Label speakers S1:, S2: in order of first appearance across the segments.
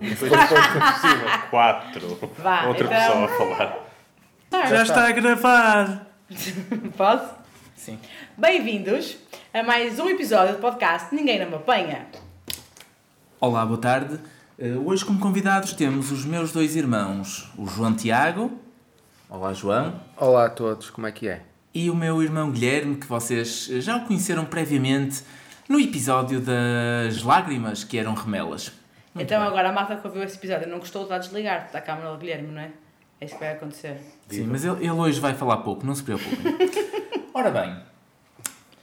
S1: um Cima, quatro.
S2: Vá,
S1: Outra
S2: então-
S1: pessoa a falar.
S3: Já está a gravar.
S2: Posso?
S3: Sim.
S2: Bem-vindos a mais um episódio do podcast Ninguém Não Me Apanha.
S3: Olá, boa tarde. Eh, hoje, como convidados, temos os meus dois irmãos, o João Tiago. Olá, João.
S4: Olá a todos, como é que é?
S3: E o meu irmão Guilherme, que vocês eh, já o conheceram previamente no episódio das lágrimas que eram remelas.
S2: então agora a malta que ouviu esse episódio não gostou, está a desligar, está a câmara do Guilherme, não é? É isso que vai acontecer.
S3: Sim, mas ele, ele hoje vai falar pouco, não se preocupem. Ora bem,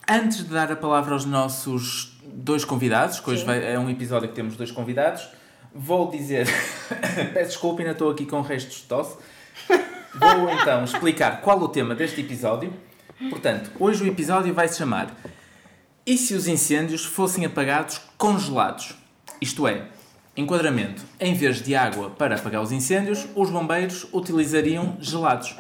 S3: antes de dar a palavra aos nossos dois convidados, que hoje
S2: Sim.
S3: vai- é um episódio que temos dois convidados, vou dizer. Peço desculpa, ainda estou aqui com restos de tosse. Vou então explicar qual o tema deste episódio. Portanto, hoje o episódio vai se chamar E se os incêndios fossem apagados congelados? Isto é, enquadramento: em vez de água para apagar os incêndios, os bombeiros utilizariam gelados.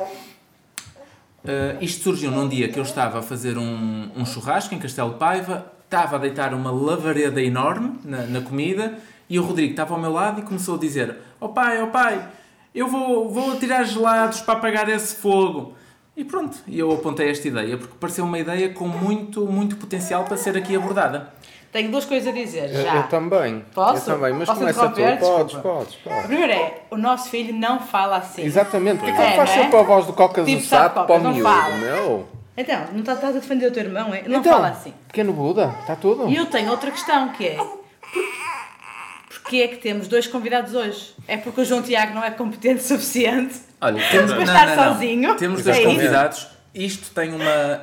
S3: Uh, isto surgiu num dia que eu estava a fazer um, um churrasco em Castelo de Paiva, estava a deitar uma lavareda enorme na, na comida e o Rodrigo estava ao meu lado e começou a dizer: Ó pai, ó pai, eu vou, vou tirar gelados para apagar esse fogo. E pronto, e eu apontei esta ideia porque pareceu uma ideia com muito, muito potencial para ser aqui abordada.
S2: Tenho duas coisas a dizer
S4: Eu,
S2: já.
S4: eu também.
S2: Posso?
S4: Eu também, mas
S2: Posso
S4: começa tu.
S2: interromper?
S4: Podes,
S2: Desculpa.
S4: podes,
S2: A
S4: podes.
S2: primeira é, o nosso filho não fala assim.
S4: Exatamente, porque
S2: É,
S4: é, que ele faz
S2: não é?
S4: sempre a voz do Coca
S2: Tipo
S4: do Sapo
S2: Sapo,
S4: para o
S2: não
S4: miúdo,
S2: fala.
S4: meu?
S2: Então, não estás a defender o teu irmão, é? Não
S4: Então,
S2: fala assim.
S4: Pequeno Buda, está tudo?
S2: E eu tenho outra questão que é. por- Porquê é que temos dois convidados hoje? É porque o João Tiago não é competente o suficiente?
S3: Olha, temos,
S2: para estar sozinho.
S3: temos dois
S2: É isso.
S3: convidados. Isto tem uma,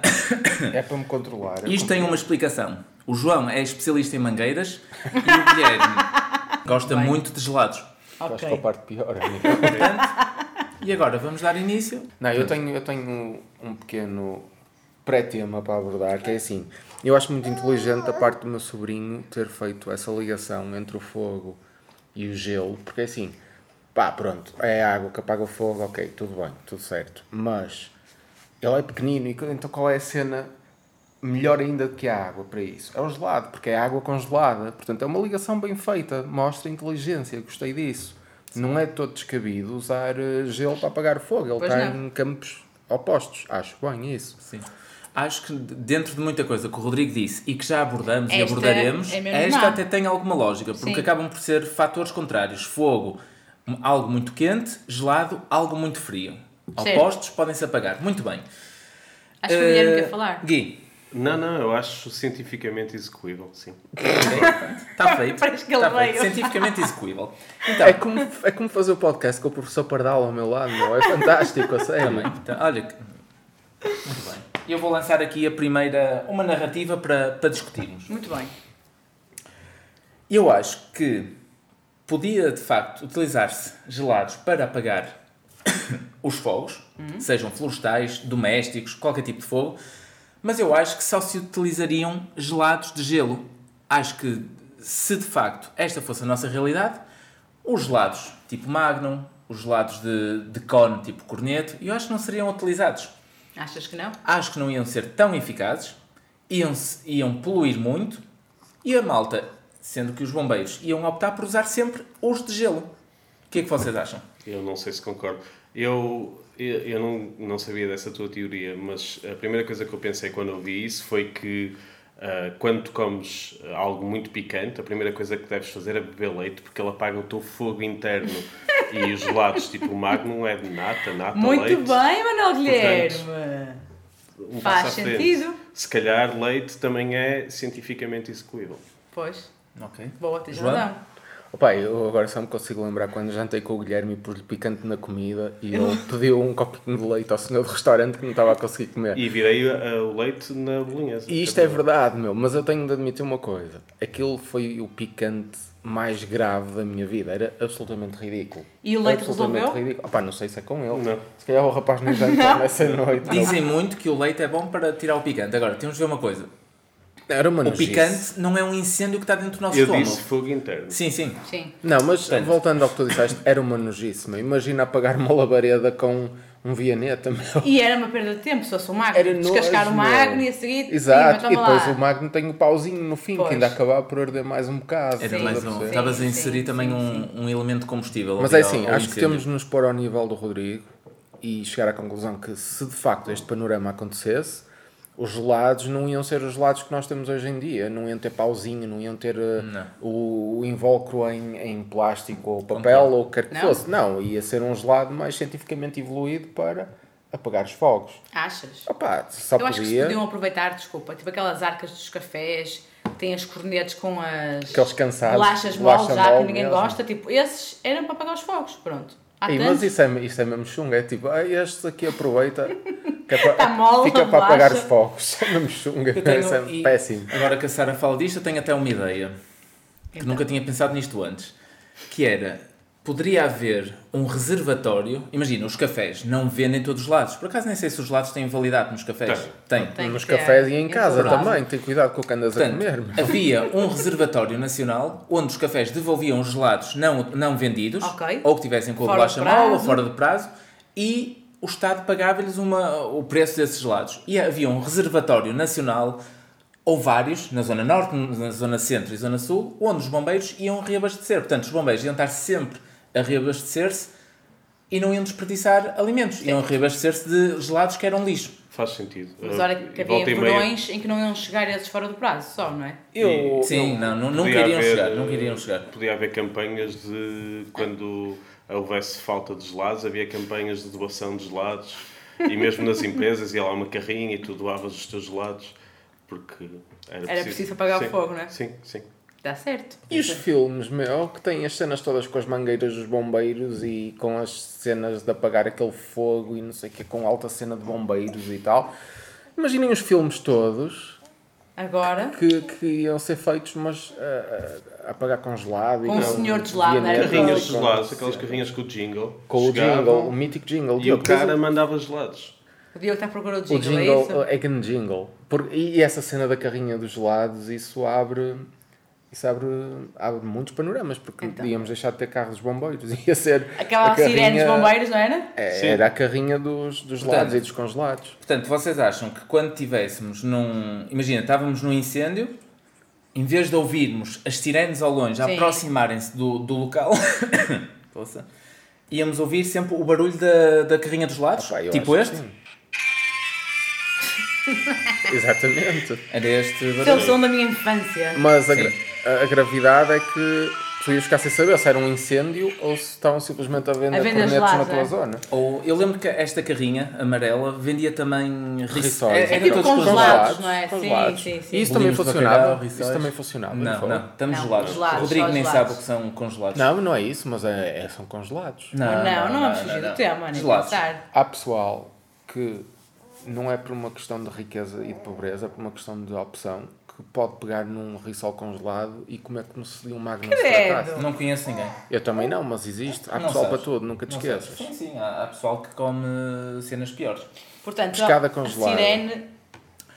S4: É para me controlar.
S3: Isto tem uma explicação. O João é especialista em mangueiras e o Guilherme gosta muito de gelados.
S4: Acho que é a
S2: Ok.
S4: parte pior. amigo.
S3: E agora vamos dar início.
S4: Não, eu tenho, eu tenho um pequeno pré-tema para abordar, que é assim. Eu acho muito inteligente da parte do meu sobrinho ter feito essa ligação entre o fogo e o gelo, porque é assim, pá, pronto, é a água que apaga o fogo, ok, tudo bem, tudo certo. Mas ele é pequenino, e então qual é a cena melhor ainda do que a água para isso? É o gelado, porque é água congelada. Portanto, é uma ligação bem feita, mostra inteligência, gostei disso. Não é todo descabido usar eh, gelo para apagar fogo, ele
S2: Pois
S4: está
S2: não.
S4: em campos opostos, acho bem isso.
S3: Sim. Acho que dentro de muita coisa que o Rodrigo disse e que já abordamos e
S2: Esta
S3: abordaremos,
S2: é mesmo má.
S3: esta até tem alguma lógica, porque
S2: Sim.
S3: acabam por ser fatores contrários. Fogo, um- algo muito quente, gelado, algo muito frio.
S2: Certo.
S3: Opostos podem-se apagar. Muito bem.
S2: Acho que o Guilherme
S3: Eh,
S2: quer falar.
S3: Gui,
S1: Não, não, eu acho cientificamente execuível, sim.
S3: está tá feito.
S2: Parece que ele
S3: Está feito.
S2: veio.
S3: Cientificamente execuível.
S4: É como, é como fazer o podcast com o professor Pardal ao meu lado, meu. é fantástico, a
S3: Bem,
S4: sério.
S3: então, olha. que- Muito bem. Eu vou lançar aqui a primeira, uma narrativa para, para discutirmos.
S2: Muito bem.
S3: Eu acho que podia de facto utilizar-se gelados para apagar os fogos, sejam florestais, domésticos, qualquer tipo de fogo, mas eu acho que só se utilizariam gelados de gelo. Acho que se de facto esta fosse a nossa realidade, os gelados tipo Magnum, os gelados de, de cone tipo corneto, eu acho que não seriam utilizados
S2: Achas que não?
S3: acho que não iam ser tão eficazes, iam, iam poluir muito e a malta, sendo que os bombeiros iam optar por usar sempre os de gelo. O que é que vocês acham?
S1: Eu não sei se concordo. Eu, eu, eu não, não sabia dessa tua teoria, mas a primeira coisa que eu pensei quando ouvi isso foi que ah, quando tu comes ah, algo muito picante, a primeira coisa que deves fazer é beber leite, porque ele apaga o teu fogo interno. e os gelados tipo Magnum é de nata, nata,
S2: Muito
S1: leite.
S2: bem, Manuel Guilherme.
S1: um
S2: Faz
S1: passo à frente.
S2: sentido.
S1: Se calhar leite também é cientificamente execuível.
S2: Pois,
S3: Ok.
S2: boa, tens
S3: Joana?
S2: razão.
S4: Opa, eu agora só me consigo lembrar quando jantei com o Guilherme e pus-lhe picante na comida e ele pediu um copinho de leite ao senhor do restaurante que não estava a conseguir comer.
S1: E virei ah, o leite na bolinhesa.
S4: E isto é verdade, meu, mas eu tenho de admitir uma coisa. Aquilo foi o picante mais grave da minha vida. Era absolutamente ridículo.
S2: E o leite
S4: absolutamente
S2: resolveu?
S4: ridículo. Opa, não sei se é com ele.
S1: Não.
S4: Se calhar o rapaz não jantou nessa noite.
S3: Dizem muito que o leite é bom para tirar o picante. Agora, temos de ver uma coisa.
S4: Era uma
S3: O
S4: nojice.
S3: picante não é um incêndio que está dentro do nosso
S1: Eu
S3: estômago.
S1: disse fogo interno.
S3: Sim, sim.
S2: Sim.
S4: Não, mas
S3: Portanto.
S4: voltando ao que tu disseste, era uma nojíssima. Imagina apagar uma labareda com um vianeta, meu.
S2: E era uma perda de tempo, se fosse um magno.
S4: Era
S2: Descascar
S4: nojo,
S2: o
S4: meu.
S2: magno e a seguir.
S4: Exato,
S2: "Ih, mas
S4: e
S2: toma
S4: depois
S2: lá."
S4: o magno tem o pauzinho no fim,
S2: Pois.
S4: que ainda acabava por arder mais um bocado.
S3: Era
S4: estás
S3: mais
S4: a
S3: um.
S4: perceber?
S3: Estavas a
S2: Sim,
S3: inserir
S2: sim,
S3: também
S2: sim,
S3: um, um elemento combustível. ao-
S4: Mas é
S3: ao-
S4: assim,
S3: ao
S4: acho que
S3: incêndio.
S4: temos de nos pôr ao nível do Rodrigo e chegar à conclusão que se de facto este panorama acontecesse, os gelados não iam ser os gelados que nós temos hoje em dia, não iam ter pauzinho, não iam ter eh, O, o invólucro em, em plástico ou papel ou o que quer que
S2: Não.
S4: fosse. Não, ia ser um gelado mais cientificamente evoluído para apagar os fogos.
S2: Achas?
S4: Opa, só
S2: Eu acho que se
S4: podia
S2: podiam aproveitar, desculpa, tipo aquelas arcas dos cafés, que têm as cornetes com as
S4: aqueles cansados.
S2: bolachas mole
S4: bolacha
S2: já que
S4: mole
S2: ninguém
S4: mesmo.
S2: gosta, tipo, esses eram para apagar os fogos, pronto. Há
S4: Ei, mas
S2: tantos.
S4: isso é, isso é mesmo chunga, é tipo, ah, este aqui aproveita, que é pa-
S2: Tá mole,
S4: fica para
S2: bolacha.
S4: apagar os fogos. É mesmo chunga,
S3: Eu tenho-
S4: isso
S2: um-
S4: é
S3: e-
S4: péssimo.
S3: Agora que a Sara fala disto, eu tenho até uma ideia.
S2: Então,
S3: Que nunca tinha pensado nisto antes. Que era, poderia haver um reservatório. Imagina, os cafés não vendem todos os lados. Por acaso nem sei se os lados têm validade nos cafés. Tem.
S2: Tem que
S4: Nos
S2: ter
S4: cafés e em casa
S2: todo lado.
S4: também, tem cuidado com o que andas a comer. meu.
S3: Portanto, havia um reservatório nacional onde os cafés devolviam os gelados não, não vendidos
S2: Ok.
S3: ou que tivessem com a
S2: Fora de
S3: bolacha mal ou
S2: prazo.
S3: fora de prazo e o Estado pagava-lhes uma- o preço desses gelados. E havia um reservatório nacional ou vários, na Zona Norte, na Zona Centro e Zona Sul, onde os bombeiros iam reabastecer. Portanto, os bombeiros iam estar sempre a reabastecer-se e não iam desperdiçar alimentos. Iam reabastecer-se de gelados que eram lixo.
S1: Faz sentido.
S2: Mas
S1: Ah,
S2: olha que
S1: e volta
S2: havia
S1: e meia-
S2: verões em que não iam chegar esses fora do prazo, só, não é?
S4: Eu,
S3: Sim, não, não, nunca
S1: Podia
S3: iriam
S1: haver,
S3: chegar,
S1: eh,
S3: nunca iriam chegar.
S1: Podia haver campanhas de quando houvesse falta de gelados, havia campanhas de doação de gelados e mesmo nas empresas ia lá uma carrinha e tu doavas os teus gelados porque era,
S2: Era preciso apagar o
S1: Sim,
S2: fogo, não é?
S1: Sim, sim.
S2: Dá certo.
S4: E os filmes, meu, que têm as cenas todas com as mangueiras dos bombeiros e com as cenas de apagar aquele fogo e não sei o que, com alta cena de bombeiros e tal. Imaginem os filmes todos
S2: Agora,
S4: que, que iam ser feitos, mas ah, ah, a apagar congelado.
S2: Com o senhor de gelado, né? era
S1: Carrinhas de
S2: Sim.
S1: gelados, aquelas carrinhas com o jingle.
S4: Com o
S1: chegavam
S4: jingle, o mítico jingle.
S1: E o
S4: Diogo, tens
S1: cara mandava gelados.
S2: o Diogo está à procura do
S4: O
S2: jingle, é
S4: jingle,
S2: isso?
S4: o Egan Jingle. Por- e essa cena da carrinha dos gelados, isso abre. Isso abre, abre muitos panoramas, porque
S2: Então.
S4: podíamos deixar de ter carros dos bombeiros. Ia ser.
S2: Aquela
S4: a carrinha-
S2: sirene dos bombeiros, não era?
S4: É,
S1: Sim.
S4: era a carrinha dos, dos
S3: Portanto.
S4: gelados e dos congelados.
S3: Portanto, vocês acham que quando tivéssemos num. Imagina, estávamos num incêndio, em vez de ouvirmos as sirenes ao longe a
S2: Sim.
S3: aproximarem-se do, do local, poça, íamos ouvir sempre o barulho da, da carrinha dos lados,
S4: Ah, Pá, eu
S3: tipo
S4: acho
S3: este?
S4: que sim. Exatamente.
S3: Era este
S2: Esse é o
S3: barulho.
S2: som da minha infância.
S4: Mas a, gra- a- a gravidade é que tu ias ficar sem saber se era um incêndio ou se estavam simplesmente a vender
S2: A vender
S4: cornetos na
S2: gelados,
S4: tua
S2: é?
S4: zona.
S3: Ou, eu lembro que esta carrinha amarela vendia também
S4: Rissóis.
S3: É,
S2: É tipo
S3: todos
S2: congelados, não é?
S4: Congelados.
S2: Sim, sim, sim.
S4: E isso também
S3: Bolinhos de
S4: funcionava?
S3: bacalhau,
S4: Isso
S3: rissóis.
S4: também funcionava?
S3: Não,
S4: foi?
S3: não, estamos
S2: Não,
S3: gelados.
S2: gelados,
S3: O Rodrigo
S2: só
S3: nem
S2: gelados.
S3: sabe o que são congelados.
S4: Não, não é isso, mas é, é- são congelados.
S2: Não, não, é vamos fugir do tema, nem
S3: Gelados.
S2: pensar.
S4: Há pessoal que não é por uma questão de riqueza e de pobreza, é por uma questão de opção, que pode pegar num rissol congelado e comer como se de um magno se tratasse.
S2: Credo.
S3: Não conheço ninguém.
S4: Eu também não, mas existe. Há
S3: Não
S4: pessoal
S3: sabes.
S4: para tudo, nunca te
S3: Não
S4: esqueças.
S3: sabes. Sim, sim, há, há pessoal que come cenas piores.
S2: Portanto,
S4: Pescada
S2: a
S4: congelada.
S2: sirene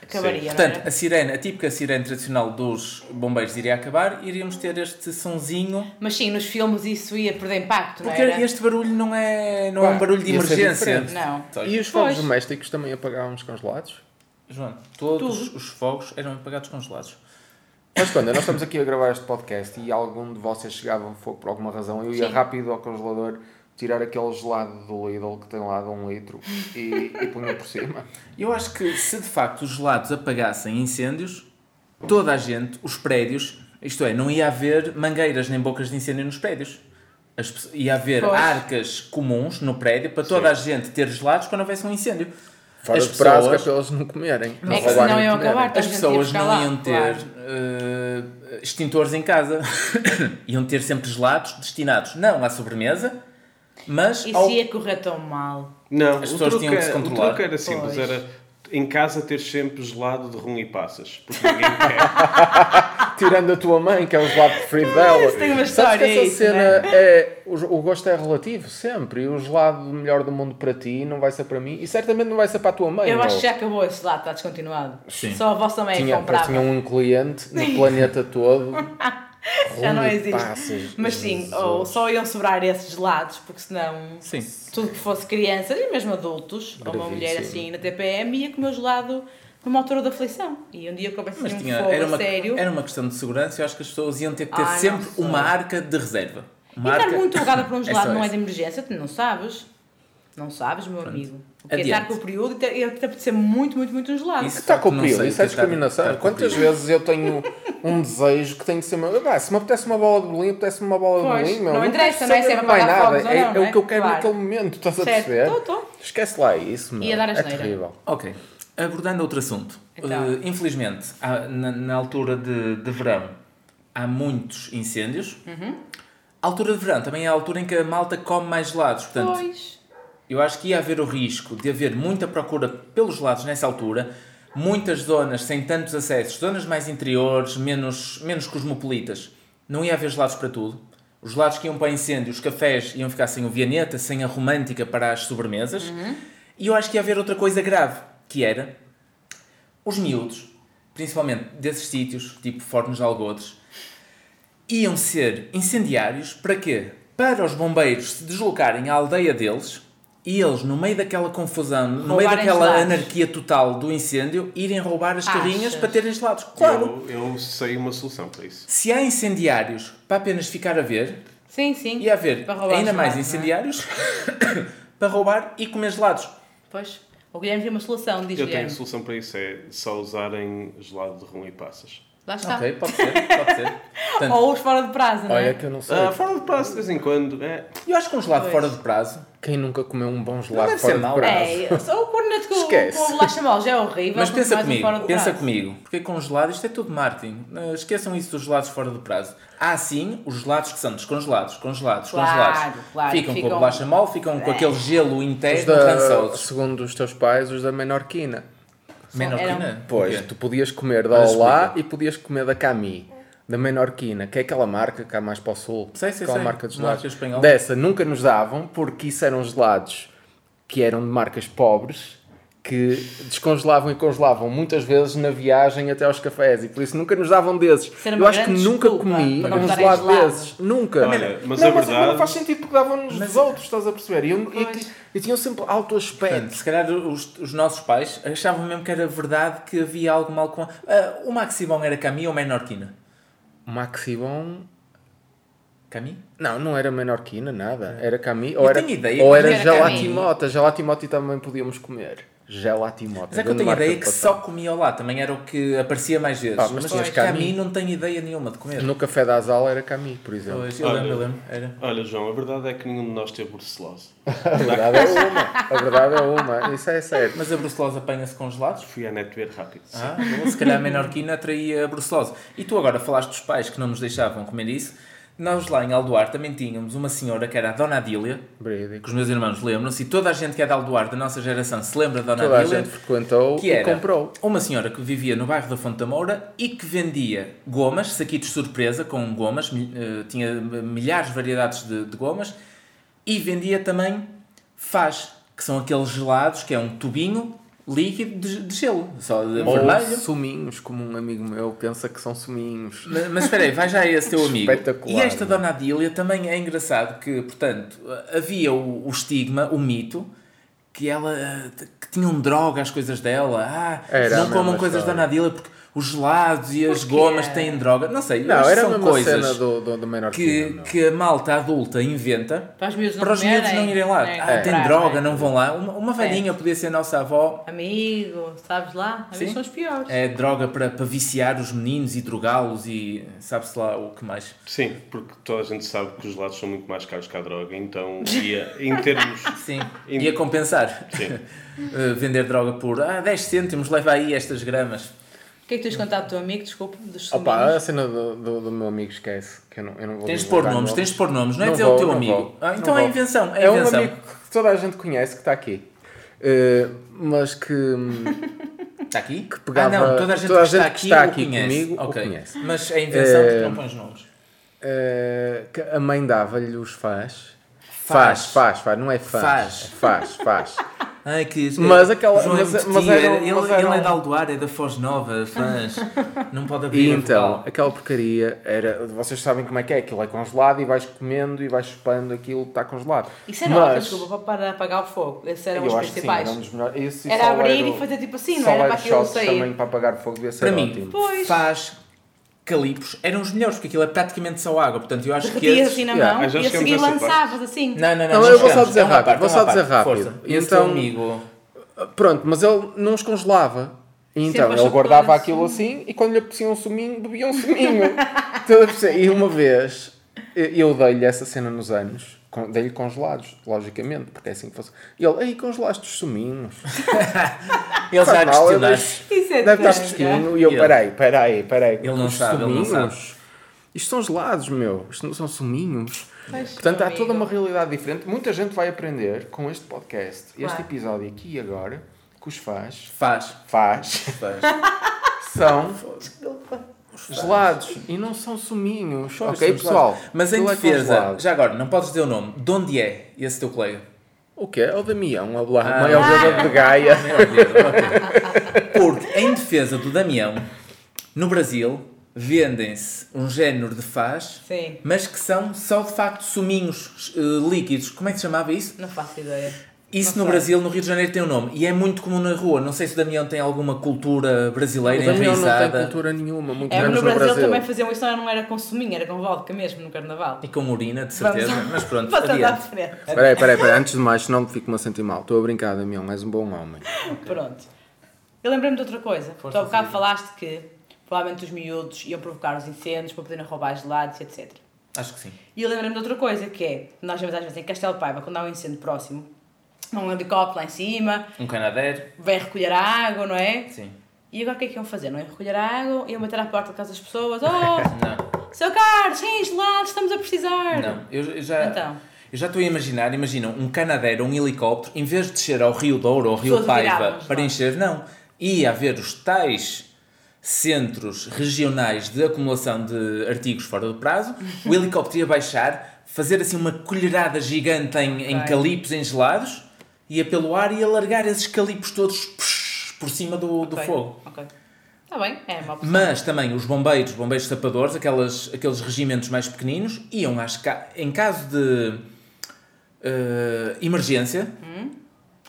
S2: acabaria, não é? era?
S3: Portanto, a sirene, a típica sirene tradicional dos bombeiros iria acabar e iríamos ter este sonzinho.
S2: Mas sim, nos filmes isso ia perder impacto, não
S3: Porque
S2: era?
S3: este barulho não é, não é
S4: Pá,
S3: um barulho de
S4: ia ser
S3: emergência.
S4: diferente.
S2: Não.
S3: Só-
S4: E os fogos
S2: Pois.
S4: domésticos também apagavam os congelados?
S3: João, todos os fogos eram apagados congelados.
S4: Mas quando é, nós estamos aqui a gravar este podcast e algum de vocês chegava a fogo por alguma razão, eu ia
S2: Sim.
S4: rápido ao congelador tirar aquele gelado do Lidl que tem lá de um litro e, e punha por cima.
S3: Eu acho que se de facto os gelados apagassem incêndios, toda a gente, os prédios, isto é, não ia haver mangueiras nem bocas de incêndio nos prédios. As pe- ia haver
S2: Pois.
S3: arcas comuns no prédio para toda a gente ter gelados quando houvesse um incêndio.
S4: Fora
S3: as
S4: os prazos que é
S3: pessoas,
S4: para eles não comerem.
S2: É que
S4: roubarem
S2: senão
S4: e
S2: iam
S4: comerem.
S2: acabar.
S3: as
S2: Toda a gente ia
S3: pessoas
S2: ficar
S3: não
S2: lá,
S3: iam ter
S2: claro.
S3: eh, extintores em casa, iam ter sempre gelados destinados não à sobremesa, mas
S2: Isso
S3: ao
S2: ia correr tão mal.
S1: Não,
S3: As
S1: o
S3: pessoas
S1: truque,
S3: tinham que se
S1: era- o
S3: controlar.
S1: truque era simples,
S2: Pois.
S1: era em casa ter sempre gelado de rum e passas, porque ninguém quer.
S4: Tirando a tua mãe, que é o gelado preferido dela.
S2: Isso tem uma
S4: Sabes que
S2: história,
S4: essa
S2: isso,
S4: cena é. O o gosto é relativo, sempre. E o gelado melhor do mundo para ti não vai ser para mim. E certamente não vai ser para a tua mãe.
S2: Eu
S4: não.
S2: acho que já acabou esse lado, está descontinuado.
S3: Sim.
S2: Só a vossa mãe é que
S4: tinha,
S2: comprava.
S4: tinha um cliente no planeta todo.
S2: Já não
S4: Rui
S2: existe.
S4: Passos,
S2: Mas sim,
S4: Jesus.
S2: ou só iam sobrar esses gelados, porque senão
S3: Sim.
S2: tudo que fosse crianças e mesmo adultos, ou uma
S4: Bravíssimo.
S2: mulher assim na TPM, ia comer gelado numa altura da aflição. E um dia eu comecei
S3: Mas
S2: um
S3: tinha,
S2: fogo
S3: era,
S2: a
S3: uma,
S2: sério.
S3: era uma questão de segurança. Eu acho que as pessoas iam ter que ter
S2: Ah, não
S3: sempre
S2: sei.
S3: uma arca de reserva.
S2: E
S3: Uma
S2: estar
S3: arca-
S2: muito jogada por um gelado
S3: só
S2: não é
S3: essa.
S2: de emergência, tu não sabes. Não sabes, meu amigo. O que é
S3: Adiante.
S2: estar com o período e ter- e te apetecer muito, muito, muito um gelado.
S3: Isso.
S4: Está
S3: Porque
S4: com
S3: não
S4: o
S3: sei
S4: pio,
S3: o
S4: isso
S3: que é estar-
S4: é
S3: estar
S4: discriminação.
S3: com
S4: Quantas
S3: pio.
S4: vezes eu tenho um desejo que tem que ser meu. Ah, se me apetece uma bola de bolinho, apetece uma bola
S2: Pois,
S4: de bolinho, meu.
S2: não interessa,
S4: quero
S2: não é se é
S4: saber
S2: para
S4: mais
S2: pagar fogos ou
S4: É,
S2: não,
S4: é
S2: não é?
S4: o que eu quero
S2: Claro.
S4: naquele momento, estás a
S2: Certo,
S4: perceber?
S2: tô, tô.
S4: Esquece lá isso, meu.
S2: Ia dar a
S4: é
S2: geneira.
S4: terrível.
S3: Ok. Abordando outro assunto.
S2: Então.
S3: Eh, infelizmente, há- na, na altura de, de verão, há muitos incêndios.
S2: Uhum.
S3: A altura de verão também é a altura em que a malta come mais gelados. Portanto,
S2: Pois.
S3: eu acho que ia haver o risco de haver muita procura pelos gelados nessa altura. Muitas zonas sem tantos acessos, zonas mais interiores, menos, menos cosmopolitas, não ia haver gelados para tudo. Os gelados que iam para incêndio, os cafés iam ficar sem o vianeta, sem a romântica para as sobremesas. E eu acho que ia haver outra coisa grave, que era os miúdos, principalmente desses sítios, tipo Fornos de Algodres, iam ser incendiários para quê? Para os bombeiros se deslocarem à aldeia deles e eles, no meio daquela confusão, no meio
S2: Roubarem
S3: daquela
S2: gelados.
S3: anarquia total do incêndio, irem roubar as carrinhas
S2: Achas?
S3: para terem gelados. Claro!
S1: Eu, eu sei uma solução para isso.
S3: Se há incendiários para apenas ficar a ver,
S2: Sim, sim.
S3: ia haver
S2: Para roubar
S3: ainda
S2: os
S3: mais
S2: gelados, não é?
S3: incendiários para roubar e comer gelados.
S2: Pois. O Guilherme tem uma solução, diz
S1: Eu tenho
S2: Guilherme.
S1: solução para isso, é só usarem gelado de rum e passas.
S2: Lá está.
S3: Ok, pode ser, pode ser. Portanto,
S2: Ou os fora de prazo, não é?
S4: Olha que eu não sei.
S1: Ah, fora de passas de vez em quando, é...
S3: eu acho que um gelado
S2: Pois.
S3: fora de prazo
S4: Quem nunca comeu um bom gelado
S3: deve
S4: fora
S3: ser
S4: de
S3: mau.
S4: prazo?
S2: É, só o corneto com,
S4: Esquece.
S2: com o bolacha mal já é horrível.
S3: Mas
S2: quanto
S3: pensa
S2: mais um
S3: comigo,
S2: fora do
S3: pensa
S2: prazo.
S3: comigo, porque com gelado isto é tudo marketing. Eh, Esqueçam isso dos gelados fora do prazo. Há sim os gelados que são descongelados, congelados,
S2: Claro,
S3: congelados.
S2: claro,
S3: ficam, com
S2: ficam-
S3: a bolacha mole, ficam com aquele gelo
S4: Os
S3: interno,
S4: da,
S3: rançosos.
S4: segundo os teus pais, os da menorquina.
S3: Menorquina?
S4: Pois,
S3: O quê?
S4: tu podias comer da
S3: Ora,
S4: Olá e podias comer da Cami, da Menorquina, que é aquela marca que há mais para o sul.
S3: Sei, sei,
S4: aquela
S3: sei.
S4: marca de
S3: Marca
S4: gelados.
S3: espanhola.
S4: Dessa nunca nos davam, porque isso eram gelados que eram de marcas pobres, que descongelavam e congelavam muitas vezes na viagem até aos cafés, e por isso nunca nos davam desses.
S2: Era uma
S4: Eu acho que
S2: grande
S4: nunca
S2: desculpa
S4: comi
S2: para não
S4: um
S2: darem
S4: gelado
S2: gelado.
S4: desses. Nunca.
S1: Olha, mas
S4: não,
S1: a
S4: mas agora
S1: verdade-
S4: faz sentido porque davam-nos
S3: Mas-
S4: os outros, estás a perceber? E, eu, e,
S2: Pois.
S4: e tinham sempre alto aspecto.
S3: Portanto, se calhar os, os nossos pais achavam mesmo que era verdade que havia algo mal com. a- Ah, o Maximão era Cami ou Menorquina?
S4: Maxibon
S3: Cami?
S4: Não, não era menorquina, nada. Era cami. Ou
S3: É. Eu
S4: era,
S3: tenho ideia
S4: ou
S3: que
S4: era
S2: era
S4: gelatimota. Gelatimota também podíamos comer. Gelatimota.
S3: Mas é que eu
S4: grande
S3: tenho
S4: marca
S3: ideia
S4: de
S3: que
S4: passar.
S3: só comia lá, também era o que aparecia mais vezes.
S4: Pá,
S3: mas
S4: mas
S3: mas
S4: tinhas
S3: Cami
S4: Cami.
S3: não tenho ideia nenhuma de comer.
S4: No café da Azala era cami, por exemplo.
S3: Pois, eu
S1: Olha.
S3: lembro, eu lembro. Era.
S1: Olha, João, a verdade é que nenhum de nós teve brucelose.
S4: A verdade é uma. A verdade é uma. Isso é certo.
S3: Mas a brucelose apanha-se congelados?
S1: Fui à net ver rápido.
S3: Ah, boa. se calhar a menorquina atraía a brucelose. E tu agora falaste dos pais que não nos deixavam comer isso. Nós lá em Aldoar também tínhamos uma senhora que era a Dona Adília, que
S4: Verídico.
S3: os meus irmãos lembram-se, e toda a gente que é de Aldoar da nossa geração se lembra da Dona
S4: Toda a
S3: Adília.
S4: gente frequentou
S3: que
S4: e
S3: era
S4: comprou.
S3: uma senhora que vivia no bairro da Fonte da Moura e que vendia gomas, saquitos de surpresa com gomas, mil- eh, tinha milhares de variedades de, de gomas e vendia também faz, que são aqueles gelados que é um tubinho líquido de, de gelo, só de um
S4: Ou
S3: vermelho.
S4: suminhos, como um amigo meu pensa que são suminhos.
S3: Ma- Mas espera aí, vai já esse teu amigo.
S4: Espetacular,
S3: E esta
S4: não é?
S3: Dona Adília também é engraçado que, portanto, havia o, o estigma, o mito, que ela eh, que tinham droga as coisas dela. Ah,
S4: Era a
S3: não
S4: mesma
S3: comam coisas da Dona
S4: história.
S3: Adília porque os gelados e as
S2: Porquê?
S3: gomas têm droga. Não sei,
S4: Não,
S3: acho que
S4: era a
S3: são
S4: mesma
S3: coisas
S4: cena do, do, do menorquina.
S3: que,
S4: meu.
S3: que a malta adulta inventa.
S2: Para os miúdos não
S3: Para os
S2: comerem,
S3: miúdos não irem lá.
S2: nem
S3: Ah, tem
S2: comprar, é? né?
S3: droga,
S2: nem-
S3: não vão lá. Uma, uma velhinha podia ser a nossa avó,
S2: Amigo, sabes lá? Às
S3: Sim.
S2: vezes são os piores.
S3: é droga para, para viciar os meninos e drogá-los e sabe-se lá o que mais.
S1: Sim, porque toda a gente sabe que os gelados são muito mais caros que a droga, então ia, em termos...
S3: Sim,
S1: E-
S3: ia compensar.
S1: Sim.
S3: Uh, Vender droga por ah, 10 cêntimos, leva aí estas gramas.
S2: O que é que tens contado do teu amigo? Desculpa, dos
S4: Opa, é assim.
S2: suminhos.
S4: a cena do, do, do meu amigo esquece. Que eu não, eu não vou
S3: Tens de pôr
S4: divulgar
S3: nomes, tens de pôr nomes, não é
S4: Não
S3: dizer
S4: vou,
S3: o teu
S4: não
S3: amigo.
S4: vou.
S3: Ah,
S4: Não
S3: então é
S4: vou.
S3: invenção, é
S4: É um
S3: invenção.
S4: amigo que toda a gente conhece que está aqui. Eh, mas que. hum,
S3: Está aqui?
S4: que pegava-
S3: ah, não, toda a gente,
S4: toda a
S3: que, está
S4: gente que está
S3: aqui
S4: aqui
S3: o conhece.
S4: comigo, o
S3: Ok.
S4: conhece.
S3: Mas é invenção porque não pões nomes.
S4: Eh, que a mãe dava-lhe os faz.
S3: Faz.
S4: Faz, faz, faz, não é faz. Faz, faz.
S3: Ai, que,
S4: Mas aquela-
S3: João é
S4: mas-
S3: muito
S4: mas
S3: tio,
S4: era-
S3: ele,
S4: mas
S3: ele
S4: era
S3: é
S4: um-
S3: da Aldoar, é da Foz Nova, fãs. Não pode abrir
S4: E
S3: a
S4: então,
S3: vogal.
S4: aquela porcaria era. Vocês sabem como é que é, aquilo é congelado e vais comendo e vais chupando aquilo que está congelado.
S2: Isso era ótimo, desculpa, para apagar o fogo. Esses eram os
S4: eu acho que sim,
S2: principais.
S4: era um dos melhores. Esse e
S2: Era
S4: só
S2: abrir
S4: era o-
S2: e fazer tipo assim, não
S4: só
S2: era para
S4: era
S2: aquilo
S4: shots
S2: sair.
S4: também para apagar fogo devia ser
S3: Para mim,
S4: ótimo.
S2: Pois.
S3: faz calipos eram os melhores, porque aquilo é praticamente só água. Portanto, eu acho que
S2: Derretias
S3: esses...
S2: assim na
S1: Yeah, já
S2: mão e a
S1: chegamos
S2: seguir
S1: a essa parte.
S2: lançavas assim.
S3: Não, não, não.
S4: Não,
S3: já
S4: eu vou só
S3: chegamos.
S4: dizer
S3: É uma
S4: rápido,
S3: parte,
S4: vou
S3: é
S4: só
S3: uma
S4: dizer
S3: parte.
S4: rápido.
S3: Força. Esse
S4: Então-
S3: teu amigo...
S4: Pronto, mas ele não os congelava. E então
S2: aos
S4: ele guardava
S2: chocolates.
S4: aquilo assim e quando lhe apetecia um suminho, bebia um suminho. Estás a perceber? e uma vez e- eu dei-lhe essa cena nos anos, con- dei-lhe congelados, logicamente, porque é assim que fosse. E ele, aí congelaste os suminhos.
S3: Ele já
S4: Faz mal, eu
S3: questionaste.
S2: Isso é
S4: Deve estar
S2: tanga.
S4: fresquinho. E eu,
S3: Ele-
S4: peraí, peraí, peraí.
S3: Ele não
S4: Os
S3: sabe, ele não
S4: suminhos? Isto são gelados, meu. Isto não são suminhos.
S2: Pois,
S4: Portanto, há
S2: amigo.
S4: toda uma realidade diferente. Muita gente vai aprender com este podcast, este
S2: Claro.
S4: episódio aqui e agora, que os faz,
S3: Faz.
S4: faz,
S3: Faz.
S4: são gelados e não são suminhos. ok, pessoal?
S3: Mas em
S4: Aquilo é
S3: defesa,
S4: congelado.
S3: já agora, não podes dizer o nome. De onde é esse teu colega?
S4: O que é? O Damião, a blá,
S3: Ah.
S4: maior jogador de Gaia.
S3: é Meu Deus, ok. Porque, em defesa do Damião, no Brasil vendem-se um género de faz,
S2: Sim.
S3: mas que são só de facto suminhos eh, líquidos. Como é que se chamava isso?
S2: Não faço ideia.
S3: Isso
S2: Não sei.
S3: no Brasil, no Rio de Janeiro, tem um nome. E é muito comum na rua. Não sei se o Damião tem alguma cultura
S4: O
S3: brasileira
S4: Damião não tem
S3: enraizada.
S4: cultura nenhuma, muito
S2: É,
S4: menos
S2: no Brasil,
S4: Brasil.
S2: também faziam isso, não era com suminho, era com vodka mesmo no carnaval.
S3: E com urina, de certeza.
S2: Vamos-
S3: Mas pronto,
S2: Passando à
S3: adiante.
S2: frente.
S4: Peraí, peraí, peraí, antes de mais, senão me fico-me a sentir mal. Estou a brincar, Damião, és um bom homem.
S2: Pronto. Eu lembrei-me de outra coisa. Tu há bocado falaste que provavelmente os miúdos iam provocar os incêndios para poderem roubar gelados, etc.
S3: Acho que sim.
S2: E eu lembrei-me de outra coisa, que é, nós vemos às vezes em Castelo de Paiva, quando há um incêndio próximo, há um helicóptero lá em cima,
S3: Um canadero.
S2: vem recolher a água, não é?
S3: Sim.
S2: E agora o que é que iam fazer? Não iam recolher a água, iam bater à porta de casa das pessoas, oh,
S3: Não.
S2: seu Carlos, sem gelados, estamos a precisar.
S3: Não, eu eu já.
S2: Então.
S3: Eu já estou a imaginar, imaginam, um canadeiro, um helicóptero, em vez de descer ao Rio Douro ou ao Rio
S2: Pessoas
S3: Paiva
S2: viravam-se
S3: para
S2: lá.
S3: encher, não. Ia haver os tais centros regionais de acumulação de artigos fora do prazo, o helicóptero ia baixar, fazer assim uma colherada gigante em, em
S2: Ok.
S3: calipos engelados, ia pelo ar e ia largar esses calipos todos psh, por cima do, do
S2: Ok,
S3: fogo.
S2: Ok. Está bem, é uma opção.
S3: Mas também os bombeiros, bombeiros sapadores, aquelas, aqueles regimentos mais pequeninos, iam às ca... em caso de eh, emergência,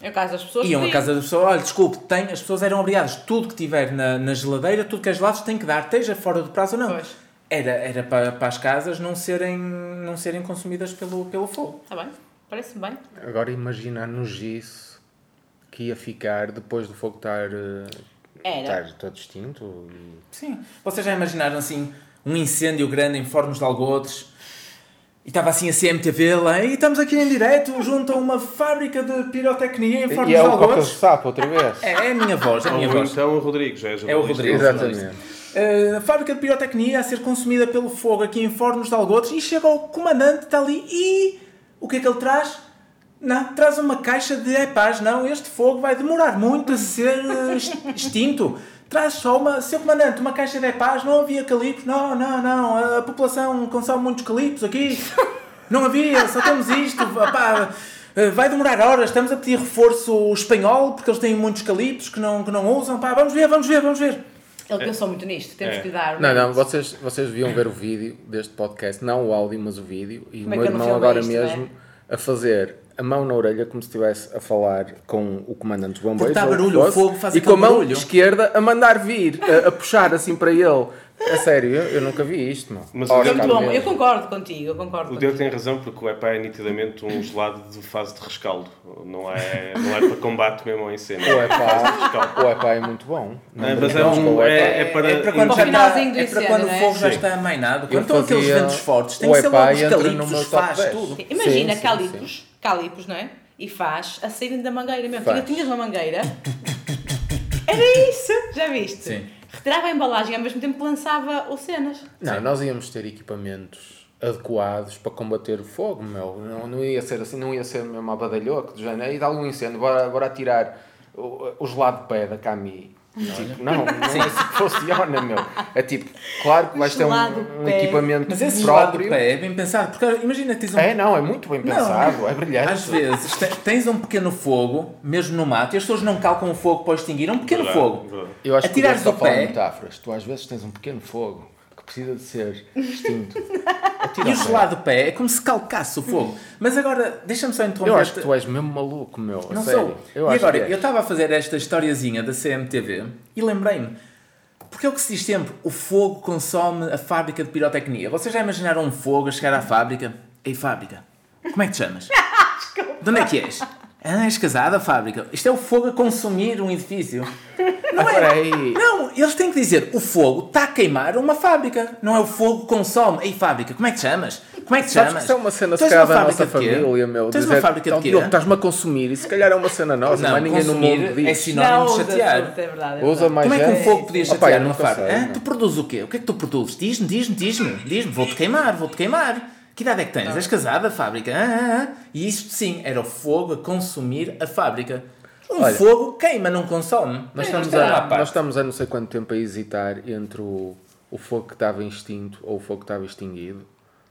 S2: É o caso das pessoas
S3: iam à
S2: pediam.
S3: casa da pessoa, olha, desculpe, tem, as pessoas eram obrigadas, tudo que tiver na, na geladeira, tudo que é gelado tem que dar, esteja fora do prazo ou não.
S2: Pois.
S3: Era, era para, para as casas não serem, não serem consumidas pelo, pelo fogo.
S2: Está Tá bem, parece-me bem.
S4: Agora imaginar-nos isso que ia ficar depois do fogo estar, eh,
S2: Era.
S4: estar todo extinto. e-
S3: Sim. Vocês já imaginaram assim um incêndio grande em Fornos de Algodres? E estava assim a CMTV lá, e estamos aqui em direto junto a uma fábrica de pirotecnia em Fornos
S4: E
S3: de
S4: é o coca de
S3: Algodres.
S4: sapo outra vez.
S3: É, é a minha voz, é a minha
S1: Ou
S3: voz.
S1: então o Rodrigo, já é jornalista.
S3: É o Rodrigo.
S4: Exatamente.
S3: Eh, a fábrica de pirotecnia a ser consumida pelo fogo aqui em Fornos de Algodres e chega o comandante, está ali e o que é que ele traz? Não, traz uma caixa de é paz, não, este fogo vai demorar muito a ser eh, ex- extinto. Traz só uma, seu comandante, uma caixa de é paz, não havia calipos, não, não, não, a população consome muitos calipos aqui, não havia, só temos isto, pá, eh, vai demorar horas, estamos a pedir reforço espanhol porque eles têm muitos calipos que não, que não usam, pá, vamos ver, vamos ver, vamos ver.
S2: Ele pensou muito nisto, temos
S1: É.
S2: que lhe dar.
S4: É. Não, não, vocês, vocês deviam ver o vídeo deste podcast, não o áudio, mas o vídeo. E o
S2: Como é
S4: meu
S2: que eu não é?
S4: irmão
S2: filmei
S4: agora
S2: isto,
S4: mesmo a fazer a mão na orelha como se estivesse a falar com o comandante dos bombeiros.
S3: Porque dá
S4: ou o que
S3: barulho, o
S4: fosse,
S3: fogo faz
S4: E com a
S3: aquele
S4: mão
S3: barulho.
S4: esquerda a mandar vir, a, a puxar assim para ele. A sério, eu, eu nunca vi isto, mano.
S1: Mas
S2: É
S1: Cá
S2: muito bom,
S1: mesmo.
S2: eu concordo contigo, eu concordo
S1: O
S2: contigo.
S1: Deu tem razão, porque o EPA é nitidamente um gelado de fase de rescaldo. Não é, não é para combate mesmo ao incêndio.
S4: O
S1: é para fase de rescaldo.
S4: epá, o epá é muito bom. Não
S1: É, mas é
S4: brincamos com
S1: um,
S4: o epá.
S1: é, é para,
S3: É
S2: Para
S3: para quando, já
S2: o
S3: está,
S2: finalzinho do
S3: é para
S2: inverno,
S3: quando
S2: não
S3: o
S2: é?
S3: fogo já
S4: Sim.
S3: está amainado. Quando
S4: Eu
S3: estão aqueles
S4: fazia-
S3: ventos fortes, tem
S4: o
S3: que ser
S4: epá
S3: logo os
S4: entra no meu
S3: calipos,
S4: top
S3: faz
S4: 10.
S3: tudo.
S2: Sim, Imagina
S4: Sim, sim,
S2: calipos, calipos, não é? E faz a saírem da mangueira mesmo.
S4: Faz.
S2: Tinha- Tinhas uma mangueira. Era isso, já viste?
S3: Sim.
S2: Retirava a embalagem ao mesmo tempo que lançava o cenas.
S4: Não, nós íamos ter equipamentos adequados para combater o fogo, meu. Não, não ia ser assim, não ia ser um mesmo a badalhoca do género. E de algum incêndio, bora, bora tirar o, o gelado de pé da Cami. Tipo, não, não é assim que funciona, meu. É tipo, claro que vais ter um,
S2: gelado de
S4: um
S2: pé.
S4: equipamento
S3: Mas esse lado de
S4: próprio.
S3: pé é bem pensado, porque imagina tens um
S4: É, não, é muito bem pensado, é brilhante.
S3: Às vezes te- tens um pequeno fogo, mesmo no mato, e as pessoas não calcam o fogo para extinguir, é um pequeno
S1: Verdade,
S3: fogo.
S1: verdade.
S4: Eu acho que tá.
S3: Atirares
S4: estou a
S3: do
S4: falar
S3: pé.
S4: de metáforas. Tu às vezes tens um pequeno fogo que precisa de ser extinto.
S3: E o gelado de pé é como se calcasse o fogo. Mas agora, deixa-me só interromper.
S4: Eu acho que tu és mesmo maluco, meu. a
S3: Não
S4: sério.
S3: sou.
S4: Eu
S3: e
S4: acho
S3: agora,
S4: que é. és.
S3: eu estava a fazer esta historiazinha da CMTV e lembrei-me. Porque é o que se diz sempre, o fogo consome a fábrica de pirotecnia. Vocês já imaginaram um fogo a chegar à fábrica? Ei, fábrica, como é que te chamas? De onde é que és? Ah, és casada, fábrica. Isto é o fogo a consumir um edifício.
S4: Ah, peraí.
S3: é. Não, eles têm que dizer, o fogo está a queimar uma fábrica. Não é o fogo que consome. Ei, fábrica, como é que te chamas? Como é que te
S4: Sabes
S3: chamas?
S4: que isso é uma cena,
S3: Tu
S4: se
S3: és
S4: calhar,
S3: uma
S4: da
S3: fábrica
S4: nossa
S3: de quê?
S4: família, meu.
S3: Tu és uma
S4: dizer,
S3: fábrica de
S4: "Tal
S3: quê?
S4: Diogo, Estás-me a consumir e se calhar é uma cena nossa,
S3: Não,
S4: mas ninguém no
S3: consumir
S4: mundo
S3: é
S4: diz.
S3: sinónimo de
S2: usa,
S3: chatear.
S2: usa, É verdade, é
S4: Usa
S2: verdade.
S4: mais
S3: Como é que um
S4: gente.
S3: fogo podia
S4: Opa,
S3: chatear
S4: eu
S3: numa
S4: nunca
S3: fábrica?
S4: sei,
S3: Hã?
S4: não.
S3: tu produzes o quê? O que é que tu produzes? Diz-me, diz-me, diz-me. Diz-me, vou-te queimar, vou-te queimar. Que idade é que tens? És casada, fábrica? Ah, ah, ah. E isto sim, era o fogo a consumir a fábrica. Um
S4: Olha.
S3: fogo queima, não consome.
S4: Nós
S3: É,
S4: estamos,
S3: espera lá,
S4: a,
S3: pá.
S4: nós estamos há não sei quanto tempo a hesitar entre o, o fogo que estava extinto ou o fogo que estava extinguido.